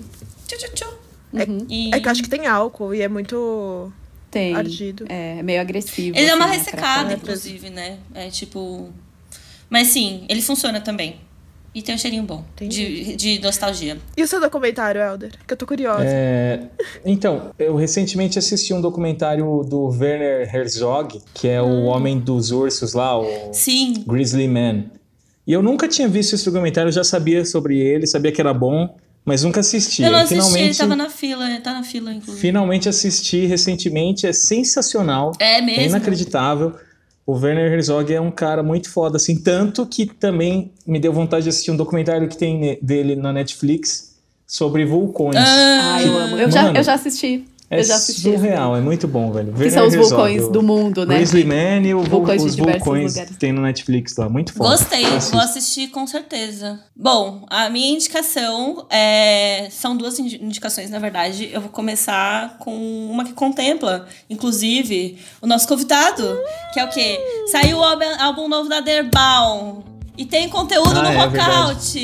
Tchu, tchu, tchu. Uhum. E- É que eu acho que tem álcool e é muito. Tem. Ardido. É, meio agressivo. Ele é uma assim, né, ressecada, pra fora. inclusive, né? É tipo. Mas sim, ele funciona também. E tem um cheirinho bom. De, de nostalgia. E o seu documentário, Helder? Que eu tô curiosa. É, então, eu recentemente assisti um documentário do Werner Herzog, que é o Ah. Homem dos Ursos lá, o Sim. Grizzly Man. E eu nunca tinha visto esse documentário, eu já sabia sobre ele, sabia que era bom, mas nunca assisti. Eu não Aí, assisti, ele finalmente, tava na fila, tá na fila, inclusive. finalmente assisti recentemente, é sensacional. É É mesmo? inacreditável. O Werner Herzog é um cara muito foda, assim, tanto que também me deu vontade de assistir um documentário que tem ne- dele na Netflix sobre vulcões. Ah, Ai, eu amo. Eu já, Mano, eu já assisti. é eu já assisti esse surreal, é muito bom, velho. Que Werner são os Herzog, vulcões o do mundo, né? Grizzly Man e o vul- Vulcões de os diversos vulcões lugares. que tem no Netflix lá, muito foda. assim. Gostei, Assiste. vou assistir com certeza. Bom, a minha indicação é... são duas indi- indicações, na verdade. Eu vou começar com uma que contempla, inclusive, o nosso convidado, que é o quê? Saiu o álbum, álbum novo da Derbaum. E tem conteúdo Ah, no é, Rockout.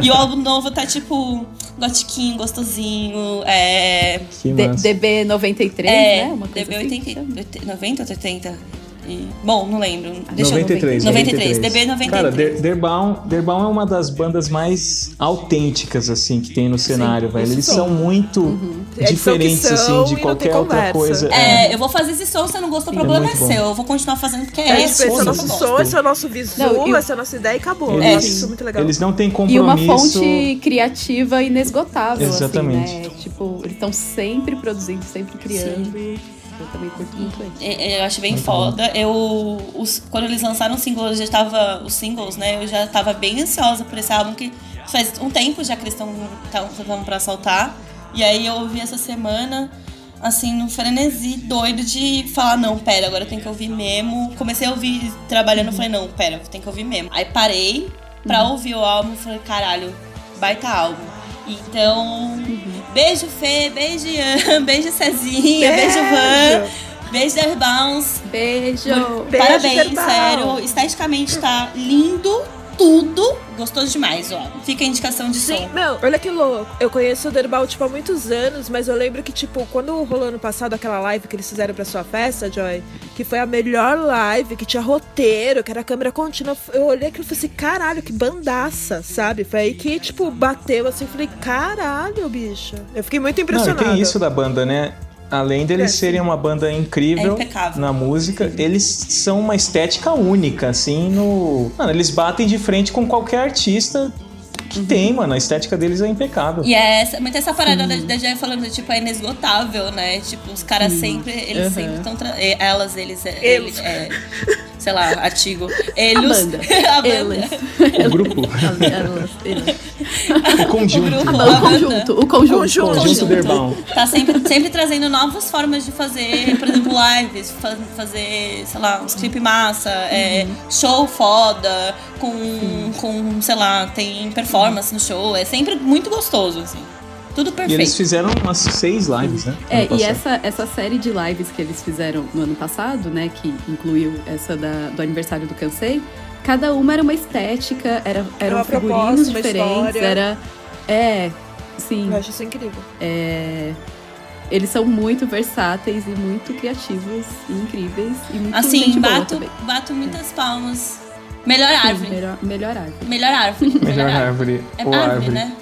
e o álbum novo tá tipo gotiquinho, gostosinho. É. Que D- massa. DB93, é. né? Uma coisa DB assim. 80, 90 ou 80? E- bom, não lembro. Deixa eu- 93, 93, DB 93. Cara, Der- Derbaum, Derbaum é uma das bandas mais autênticas, assim, que tem no cenário, velho. Eles são muito Eles são que diferentes, são assim, e de não qualquer tem outra conversa. coisa. É, eu vou fazer esse som, se não gostou, o problema é, muito bom. seu. Eu vou continuar fazendo porque É, é tipo, esse esse é o som. nosso som, esse é o nosso visual, Não, e o- essa é a nossa ideia e acabou. Eles, Eu acho isso é muito legal. eles não têm E uma compromisso. fonte criativa inesgotável, assim, Exatamente. né? Tipo, eles estão sempre produzindo, sempre criando. Eu também curto muito ele. É, é, Eu acho bem foda. Eu, os- quando eles lançaram os singles, eu já tava, os singles, né? Eu já tava bem ansiosa por esse álbum, que faz um tempo já que eles estão tentando pra soltar. E aí eu ouvi essa semana, assim, num frenesi doido de falar: não, pera, agora eu tenho que ouvir mesmo. Comecei a ouvir trabalhando, falei: não, pera, eu tenho que ouvir mesmo. Aí parei pra ouvir o álbum, falei: caralho, baita álbum. Então, beijo Fê, beijo Ian, beijo Cezinha, beijo Van. Beijo, Airbounds. Beijo! Beijo, Parabéns, Derbaum. sério. Esteticamente tá lindo, tudo. Gostoso demais, ó. Fica a indicação de Sim, som. meu, olha que louco. Eu conheço o Derbal, tipo, há muitos anos, mas eu lembro que, tipo, quando rolou ano passado aquela live que eles fizeram pra sua festa, Joy, que foi a melhor live, que tinha roteiro, que era câmera contínua, eu olhei aquilo e falei assim, caralho, que bandaça, sabe? Foi aí que, tipo, bateu assim, eu falei, caralho, bicho. Eu fiquei muito Não, e impressionada. tem isso da banda, né? Além deles É. serem uma banda É incrível impecável. na música, eles são uma estética única, assim, no. Mano, eles batem de frente com qualquer artista que tem, mano. A estética deles é impecável. E é essa, muito essa parada da, da Jay falando, tipo, é inesgotável, né? Tipo, os caras sempre, eles Uhum. sempre estão... Elas, eles... é- Eles. ele- é, sei lá, artigo. Eles. banda. a banda. Elas. O grupo, Elas, elas. o O conjunto. grupo, Ah, não, a O banda. conjunto, o conjunto. Conjunto. Conjunto Derbaum. Tá sempre, sempre trazendo novas formas de fazer, por exemplo, lives, fa- fazer, sei lá, uns clipe massa, é, Uhum. show foda, com, com, sei lá, tem performance no show. É sempre muito gostoso, assim. Tudo E eles perfeito. fizeram umas seis lives, né? É, ano e passado. essa, essa série de lives que eles fizeram no ano passado, né, que incluiu essa da- do aniversário do Cansei, cada uma era uma estética, era, eram uma figurinos proposta, uma diferentes, história. era. É, sim. Eu acho isso incrível. é, eles são muito versáteis e muito criativos e incríveis. E muito Assim, gente boa bato, também. bato É. muitas palmas. Melhor Sim, árvore. melhor, melhor árvore. Melhor árvore. Melhor árvore. É ou árvore, árvore. né?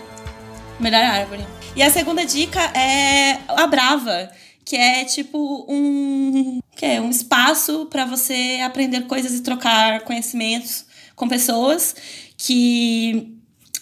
Melhor árvore. E a segunda dica é a Brava, que é tipo um, que é um espaço para você aprender coisas e trocar conhecimentos com pessoas, que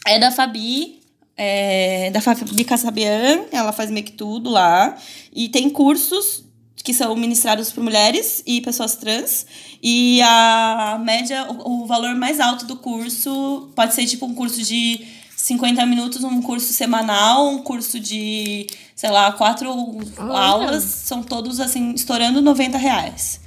é da Fabi, é, da Fabi Casabian, ela faz meio que tudo lá, e tem cursos que são ministrados por mulheres e pessoas trans. E a média, o, o valor mais alto do curso pode ser tipo um curso de 50 minutos, um curso semanal, um curso de, sei lá, quatro aulas. São todos assim, estourando 90 reais.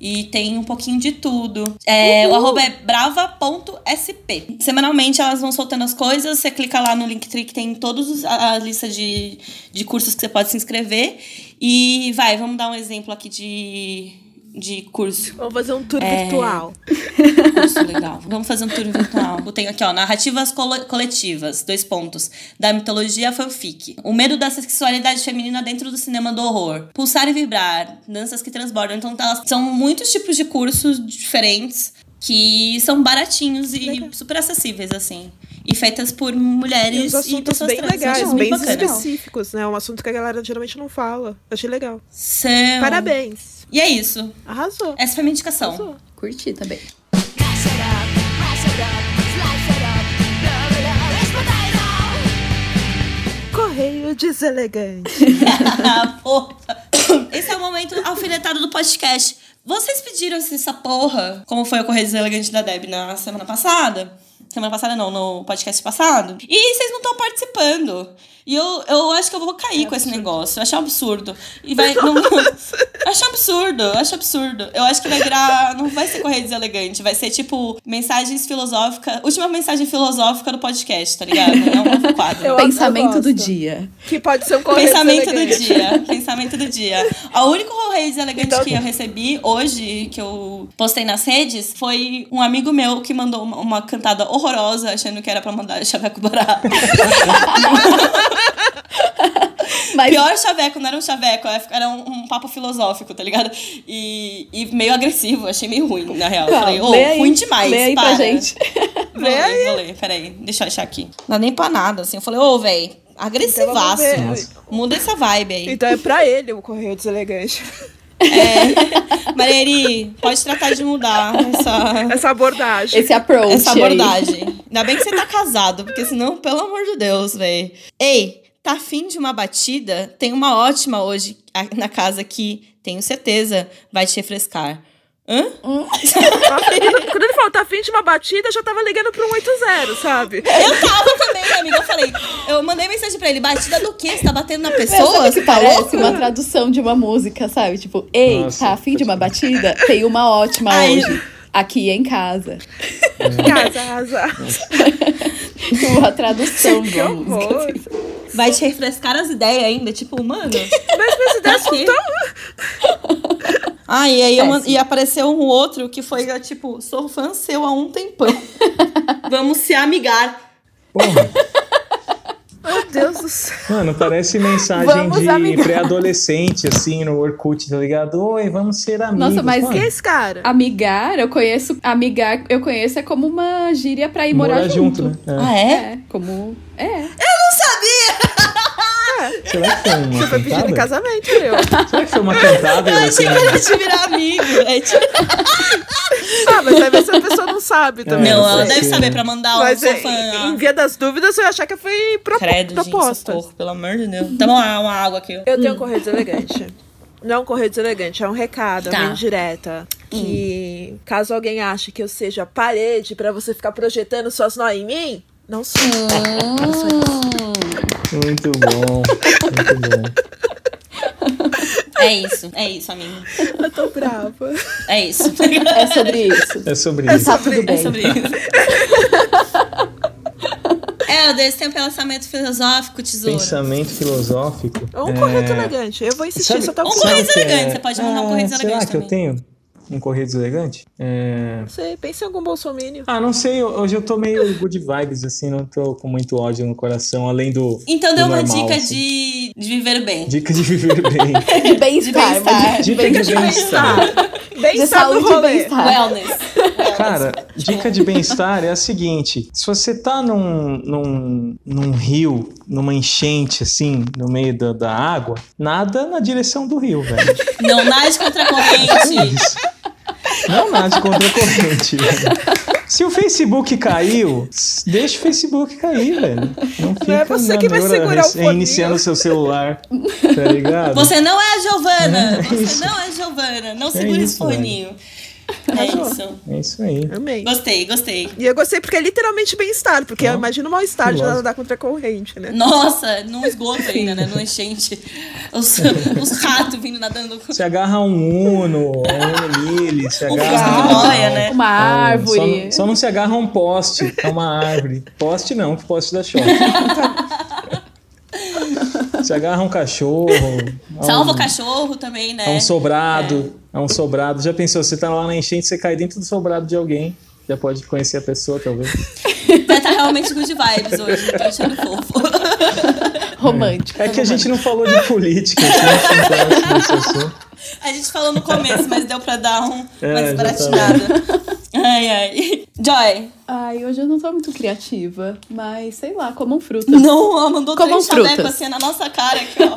E tem um pouquinho de tudo. É, o arroba é brava.sp. Semanalmente elas vão soltando as coisas. Você clica lá no Linktree que tem todos os- a, a lista de, de cursos que você pode se inscrever. E vai, vamos dar um exemplo aqui de, de curso. Vamos fazer um tour virtual. Curso legal. Vamos fazer um tour virtual. Eu tenho aqui, ó, narrativas colo- coletivas, dois pontos. Da mitologia fanfic. O medo da sexualidade feminina dentro do cinema do horror. Pulsar e vibrar, danças que transbordam. Então, tá, são muitos tipos de cursos diferentes que são baratinhos e super acessíveis, assim. E feitas por E mulheres uns e, assuntos pessoas bem trans. Eu acho legais, muito bem bacana. específicos, né? Um assunto que a galera geralmente não fala. Eu Achei legal. São- Parabéns. E é isso. Arrasou. Essa foi a minha indicação. Arrasou. Curti também. Mash it up, mash it up, slice it up, blur it out, explode it out. É. correio deselegante. Ah, porra. Esse é o momento alfinetado do podcast. Vocês pediram assim, essa porra, como foi o Correio Deselegante da Deb na semana passada? Semana passada não, no podcast passado. E vocês não estão participando. E eu, eu acho que eu vou cair com esse negócio. Eu acho um absurdo. E vai. Não, acho um absurdo, acho absurdo. Eu acho que vai virar. Não vai ser Correio Deselegante, vai ser tipo mensagens filosóficas. Última mensagem filosófica do podcast, tá ligado? É um novo quadro. Eu- Pensamento do gosto. dia. Que pode ser um correio Pensamento do deselegante. dia. Pensamento do dia. O único correio deselegante Então- que eu recebi hoje, que eu postei nas redes, foi um amigo meu que mandou uma, uma cantada horrorosa, achando que era pra mandar chaveco barato. Mas Pior chaveco, não era um chaveco, era um, um papo filosófico, tá ligado? E, e meio agressivo, achei meio ruim, na real. Não, Falei, ô, lê aí, ruim demais. lê aí pra para. gente. Vou ler, vou ler, peraí, deixa eu achar aqui. Não é nem pra nada, assim. Eu falei, ô, véi, Então vamos agressivaço. ver. Muda essa vibe aí. Então é pra ele o correio deselegante. É. Mareri, pode tratar de mudar essa, Essa abordagem. esse approach. essa aí. abordagem. Ainda bem que você tá casado, porque senão, pelo amor de Deus, véi. Ei, tá afim de uma batida? Tem uma ótima hoje a- na casa que, tenho certeza, vai te refrescar. Hã? Quando ele falou, tá afim de uma batida, eu já tava ligando pro 180, sabe? Eu tava também, amiga. Eu falei, eu mandei mensagem pra ele: batida do quê? Você tá batendo na Meu, sabe pessoa? o Você que tá parece louco? uma tradução de uma música, sabe? Tipo, ei, Nossa, tá afim de uma pode batida? Tem uma ótima Ai. hoje. Aqui em casa. Casa, É. arrasa. Uma tradução um Que da música. horror. Vai te refrescar as ideias ainda. Tipo, mano. Mas minhas ideias Pra quê? são tão. tá Ah, e aí eu man- Péssimo. e apareceu um outro que foi eu, tipo, sou fã seu há um tempão. Vamos se amigar. Porra, Meu Deus do céu. mano, parece mensagem Vamos de amigar. pré-adolescente, assim, no Orkut, tá ligado? Oi, vamos ser amigos. Nossa, mas Que mano, é esse cara? Ah. Amigar, eu conheço. Amigar, eu conheço é como uma gíria pra ir morar, morar junto, né? Ah, é? É, como. É. É. Será que foi Você uma foi pedido cantada? em casamento, meu. Será que foi uma cantada? Tipo, Eu assim, achei que era de virar amigo. É, tipo, Ah, mas vai ver se a pessoa não sabe também. É. né? não, ela sim. deve saber pra mandar um Mas sou é, em fã. via das dúvidas, eu ia achar que foi pro... Credo, gente, proposta. socorro, pelo amor de Deus. Então, uma, uma água aqui. eu tenho um correio deselegante. Não é um correio deselegante, é um recado, é Tá. uma indireta. Que caso alguém ache que eu seja a parede pra você ficar projetando suas nó em mim, não sou. Hum. Não sou isso. Muito bom, muito bom. É isso, é isso, amigo. Eu tô brava. É isso. É sobre isso. É sobre isso. Tá tudo bem. É sobre isso. É, eu desse tem um pensamento filosófico, tesouro. Pensamento filosófico. É um É, correio deselegante. Eu vou insistir sabe- só tá até o Um final. correio sabe o que é? Ah, deselegante, você pode mandar um correio Será deselegante que eu também. tenho um correio deselegante? É... Não sei, pensa em algum bolsominion. Ah, não sei, hoje eu tô meio good vibes, assim, não tô com muito ódio no coração, além do. Então, deu do uma normal, dica assim. de, de viver bem. Dica de viver bem. De bem-estar. bem-estar. mas Dica É de bem-estar. De Bem-estar no saúde e rolê. bem-estar. Wellness. Cara, dica de bem-estar é a seguinte: se você tá num, num, num rio, numa enchente, assim, no meio da, da água, nada na direção do rio, velho. Não nade contra a corrente. É isso. Não nada contra a corrente, velho. Se o Facebook caiu, s- deixa o Facebook cair, velho. Não fica Não é você que vai andando, segurar o foninho. reiniciando seu celular, tá ligado? Você não é a Giovana. É isso. Você não é a Giovana. Não segura esse isso, velho. forninho. É isso. É isso aí. Amei. Gostei, gostei. E eu gostei porque é literalmente bem-estar, porque eu imagino o mal-estar de Lógico. nadar contra a corrente, né? Nossa, num esgoto ainda, né? Num enchente. Os, os ratos vindo nadando. Se agarra um Uno, um Mille, se Um agarra. É, fusca que boia, né? Uma Só, árvore. não- só não se agarra um poste, é uma árvore. Poste não, que poste dá choque. se agarra um cachorro. a um- Salva o cachorro também, a É. né? um sobrado. É. um sobrado. Já pensou, você tá lá na enchente, você cai dentro do sobrado de alguém. Já pode conhecer a pessoa, talvez. Você tá realmente good vibes hoje. Tô achando fofo. Romântico. É que a gente não falou de política, assim, então, assim, nesse assunto. A gente falou no começo, mas deu pra dar um É, mais já tá baratinada. Ai, ai. Joy, Ai, hoje eu não tô muito criativa, mas sei lá, como um fruto. não ó, mandou Comam três chaveco frutas. assim na nossa cara aqui, ó.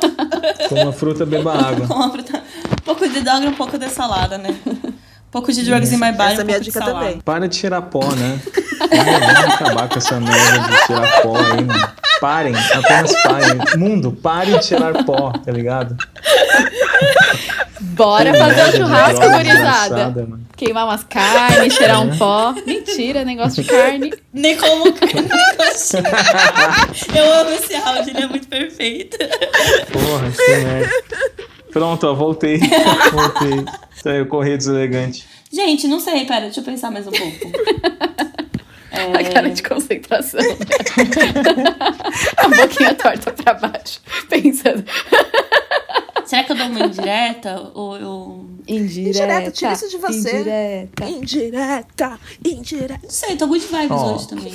Coma Então, fruta, beba água. Com uma fruta- Um pouco de droga, um pouco de salada, né? Um pouco de drugs in my body, Essa é um a minha pouco de dica salada. também. Para de tirar pó, né? Vamos vamos acabar com essa merda de tirar pó aí, mano. Parem, apenas parem. Mundo, pare de cheirar pó, tá ligado? Bora Que fazer um merda de churrasco, droga gurizada. desgraçada, mano. Queimar umas carnes, cheirar um pó. Mentira, nem gosto de carne. Nem como carne. nem como- Eu amo esse áudio, ele é muito perfeito. Porra, que merda. Pronto, ó, voltei. voltei. Saiu correr deselegante. Gente, não sei, pera, deixa eu pensar mais um pouco. É, A cara de concentração. a boquinha torta pra baixo. Pensando. Será que eu dou uma indireta? Ou eu. Indireta. Indireta, tira isso de você. Indireta. Indireta, indireta. Não sei, tô good vibes Ó. hoje também.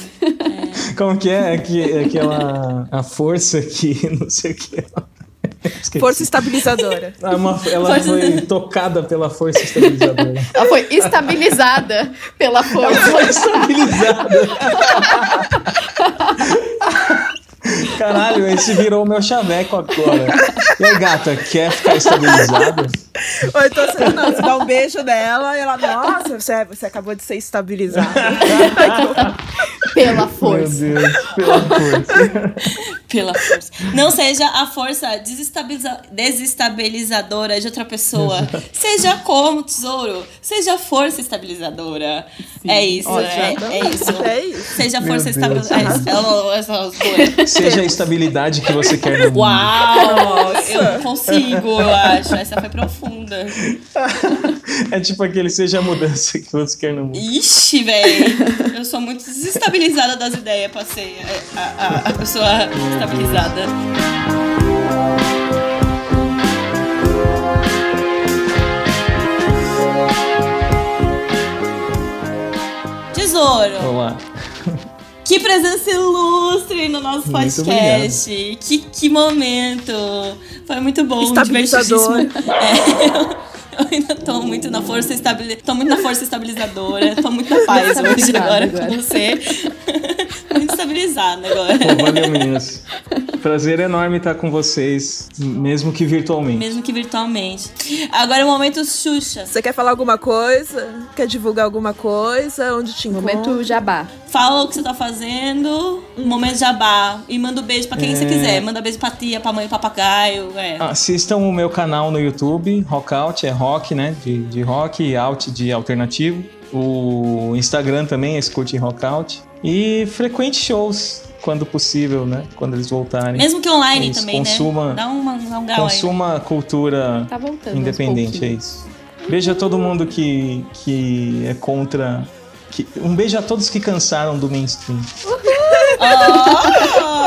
Como que é? É, que, é aquela. A força que. Não sei o que. ela- Esqueci. Força estabilizadora. Ah, uma- ela Força- foi tocada pela força estabilizadora. Ela foi estabilizada pela força. Foi estabilizada. Caralho, esse virou o meu chaveco agora. E aí, gata, quer ficar estabilizada? Ou então você, não, você dá um beijo nela e ela, nossa, você, é, você acabou de ser estabilizada. Pela força. Meu Deus, pela força. Pela força. Não seja a força desestabiliza- desestabilizadora de outra pessoa. Seja como, tesouro. Seja a força estabilizadora. é isso, Ó, né? já- É isso. É isso. Seja a força é, Deus. estabilizadora. Seja a estabilidade que você quer no mundo. Uau! Eu consigo, eu acho. Essa foi profunda. É tipo aquele seja a mudança que você quer no mundo. Ixi, velho. Eu sou muito desestabilizada das ideias, passei. A, a- a pessoa estabilizada. Tesouro, Vamos lá. que presença ilustre no nosso Muito podcast. Que, que momento. Foi muito bom, um Estabilizador. divertidíssimo. É, eu, eu ainda tô muito na força estabili tô muito na força estabilizadora, tô muito na paz hoje Estabilizada agora agora. com você. muito estabilizada agora. Pô, valeu, meninas. Prazer enorme estar com vocês, mesmo que virtualmente. Mesmo que virtualmente. Agora é o momento Xuxa. Você quer falar alguma coisa? Quer divulgar alguma coisa? Onde te encontra? Momento jabá. Fala o que você tá fazendo, momento jabá. E manda um beijo pra quem É. você quiser. Manda beijo pra tia, pra mãe, pra papagaio. É. Ah, Assistam o meu canal no YouTube, Rockout, é rock, né? De, de rock e out de alternativo. O Instagram também é Escute Rockout. E frequente shows quando possível, né? Quando eles voltarem. Mesmo que online Isso, também, né? consuma- Dá uma, dá um grau aí. Consuma cultura Tá voltando. aos né? independente, é pouquinhos. isso. Beijo a todo mundo que, que é contra. que- um beijo a todos que cansaram do mainstream.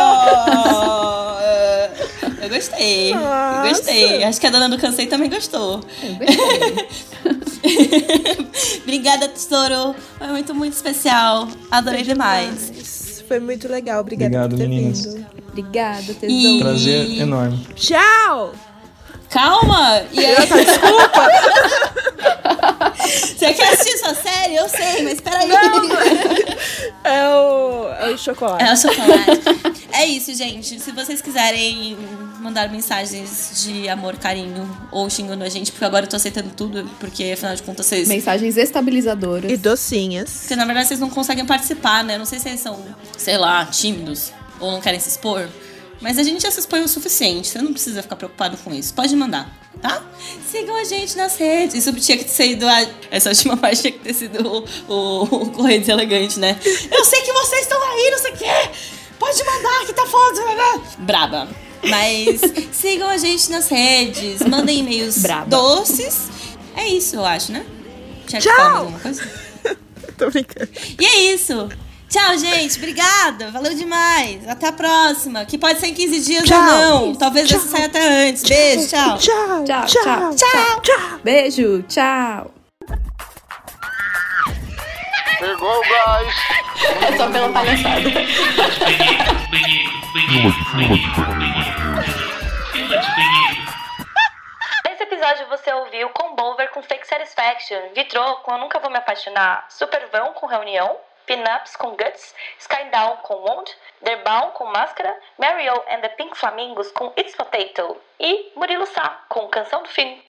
Oh! Eu gostei. Eu gostei. Acho que a dona do Cansei também gostou. Obrigada, Tesouro. Foi muito, muito especial. Adorei demais. Mas Foi muito legal, obrigada Obrigado, por ter meninas. vindo. Obrigada, tesouro. E- Prazer enorme. Tchau! Calma! E aí... Desculpa! Você quer assistir sua série? Eu sei, mas peraí. É o, é o chocolate. É o chocolate. é isso, gente. Se vocês quiserem mandar mensagens de amor, carinho ou xingando a gente, porque agora eu tô aceitando tudo, porque afinal de contas vocês. Mensagens estabilizadoras. E docinhas. Porque na verdade vocês não conseguem participar, né? Não sei se vocês são, sei lá, tímidos ou não querem se expor. Mas a gente já se expõe o suficiente, você não precisa ficar preocupado com isso. Pode mandar, tá? Sigam a gente nas redes. Isso tinha que ser do. Essa última parte tinha que ter sido o, o, o Correio Deselegante, né? Eu sei que vocês estão aí, não sei o quê! Pode mandar, que tá foda! blá, blá. Braba. Mas sigam a gente nas redes, mandem e-mails Braba. doces. É isso, eu acho, né? Tinha que Tchau! falar mais alguma coisa? Tô brincando. E é isso. Tchau, gente. Obrigada. Valeu demais. Até a próxima. Que pode ser em 15 dias Tchau. ou não. Talvez essa saia até antes. Beijo, tchau. Tchau! Tchau, tchau, tchau. Beijo, tchau. Pegou o gás. Só pela palhaçada. Nesse episódio você ouviu Combover com Fake Satisfaction, Vitro com Eu Nunca Vou Me Apaixonar, Supervão com Reunião, Pinups com Guts, Skydown com Wound, Derbaum com Máscara, Mario and the Pink Flamingos com It's Potato e Murilo Sá com Canção do Fim.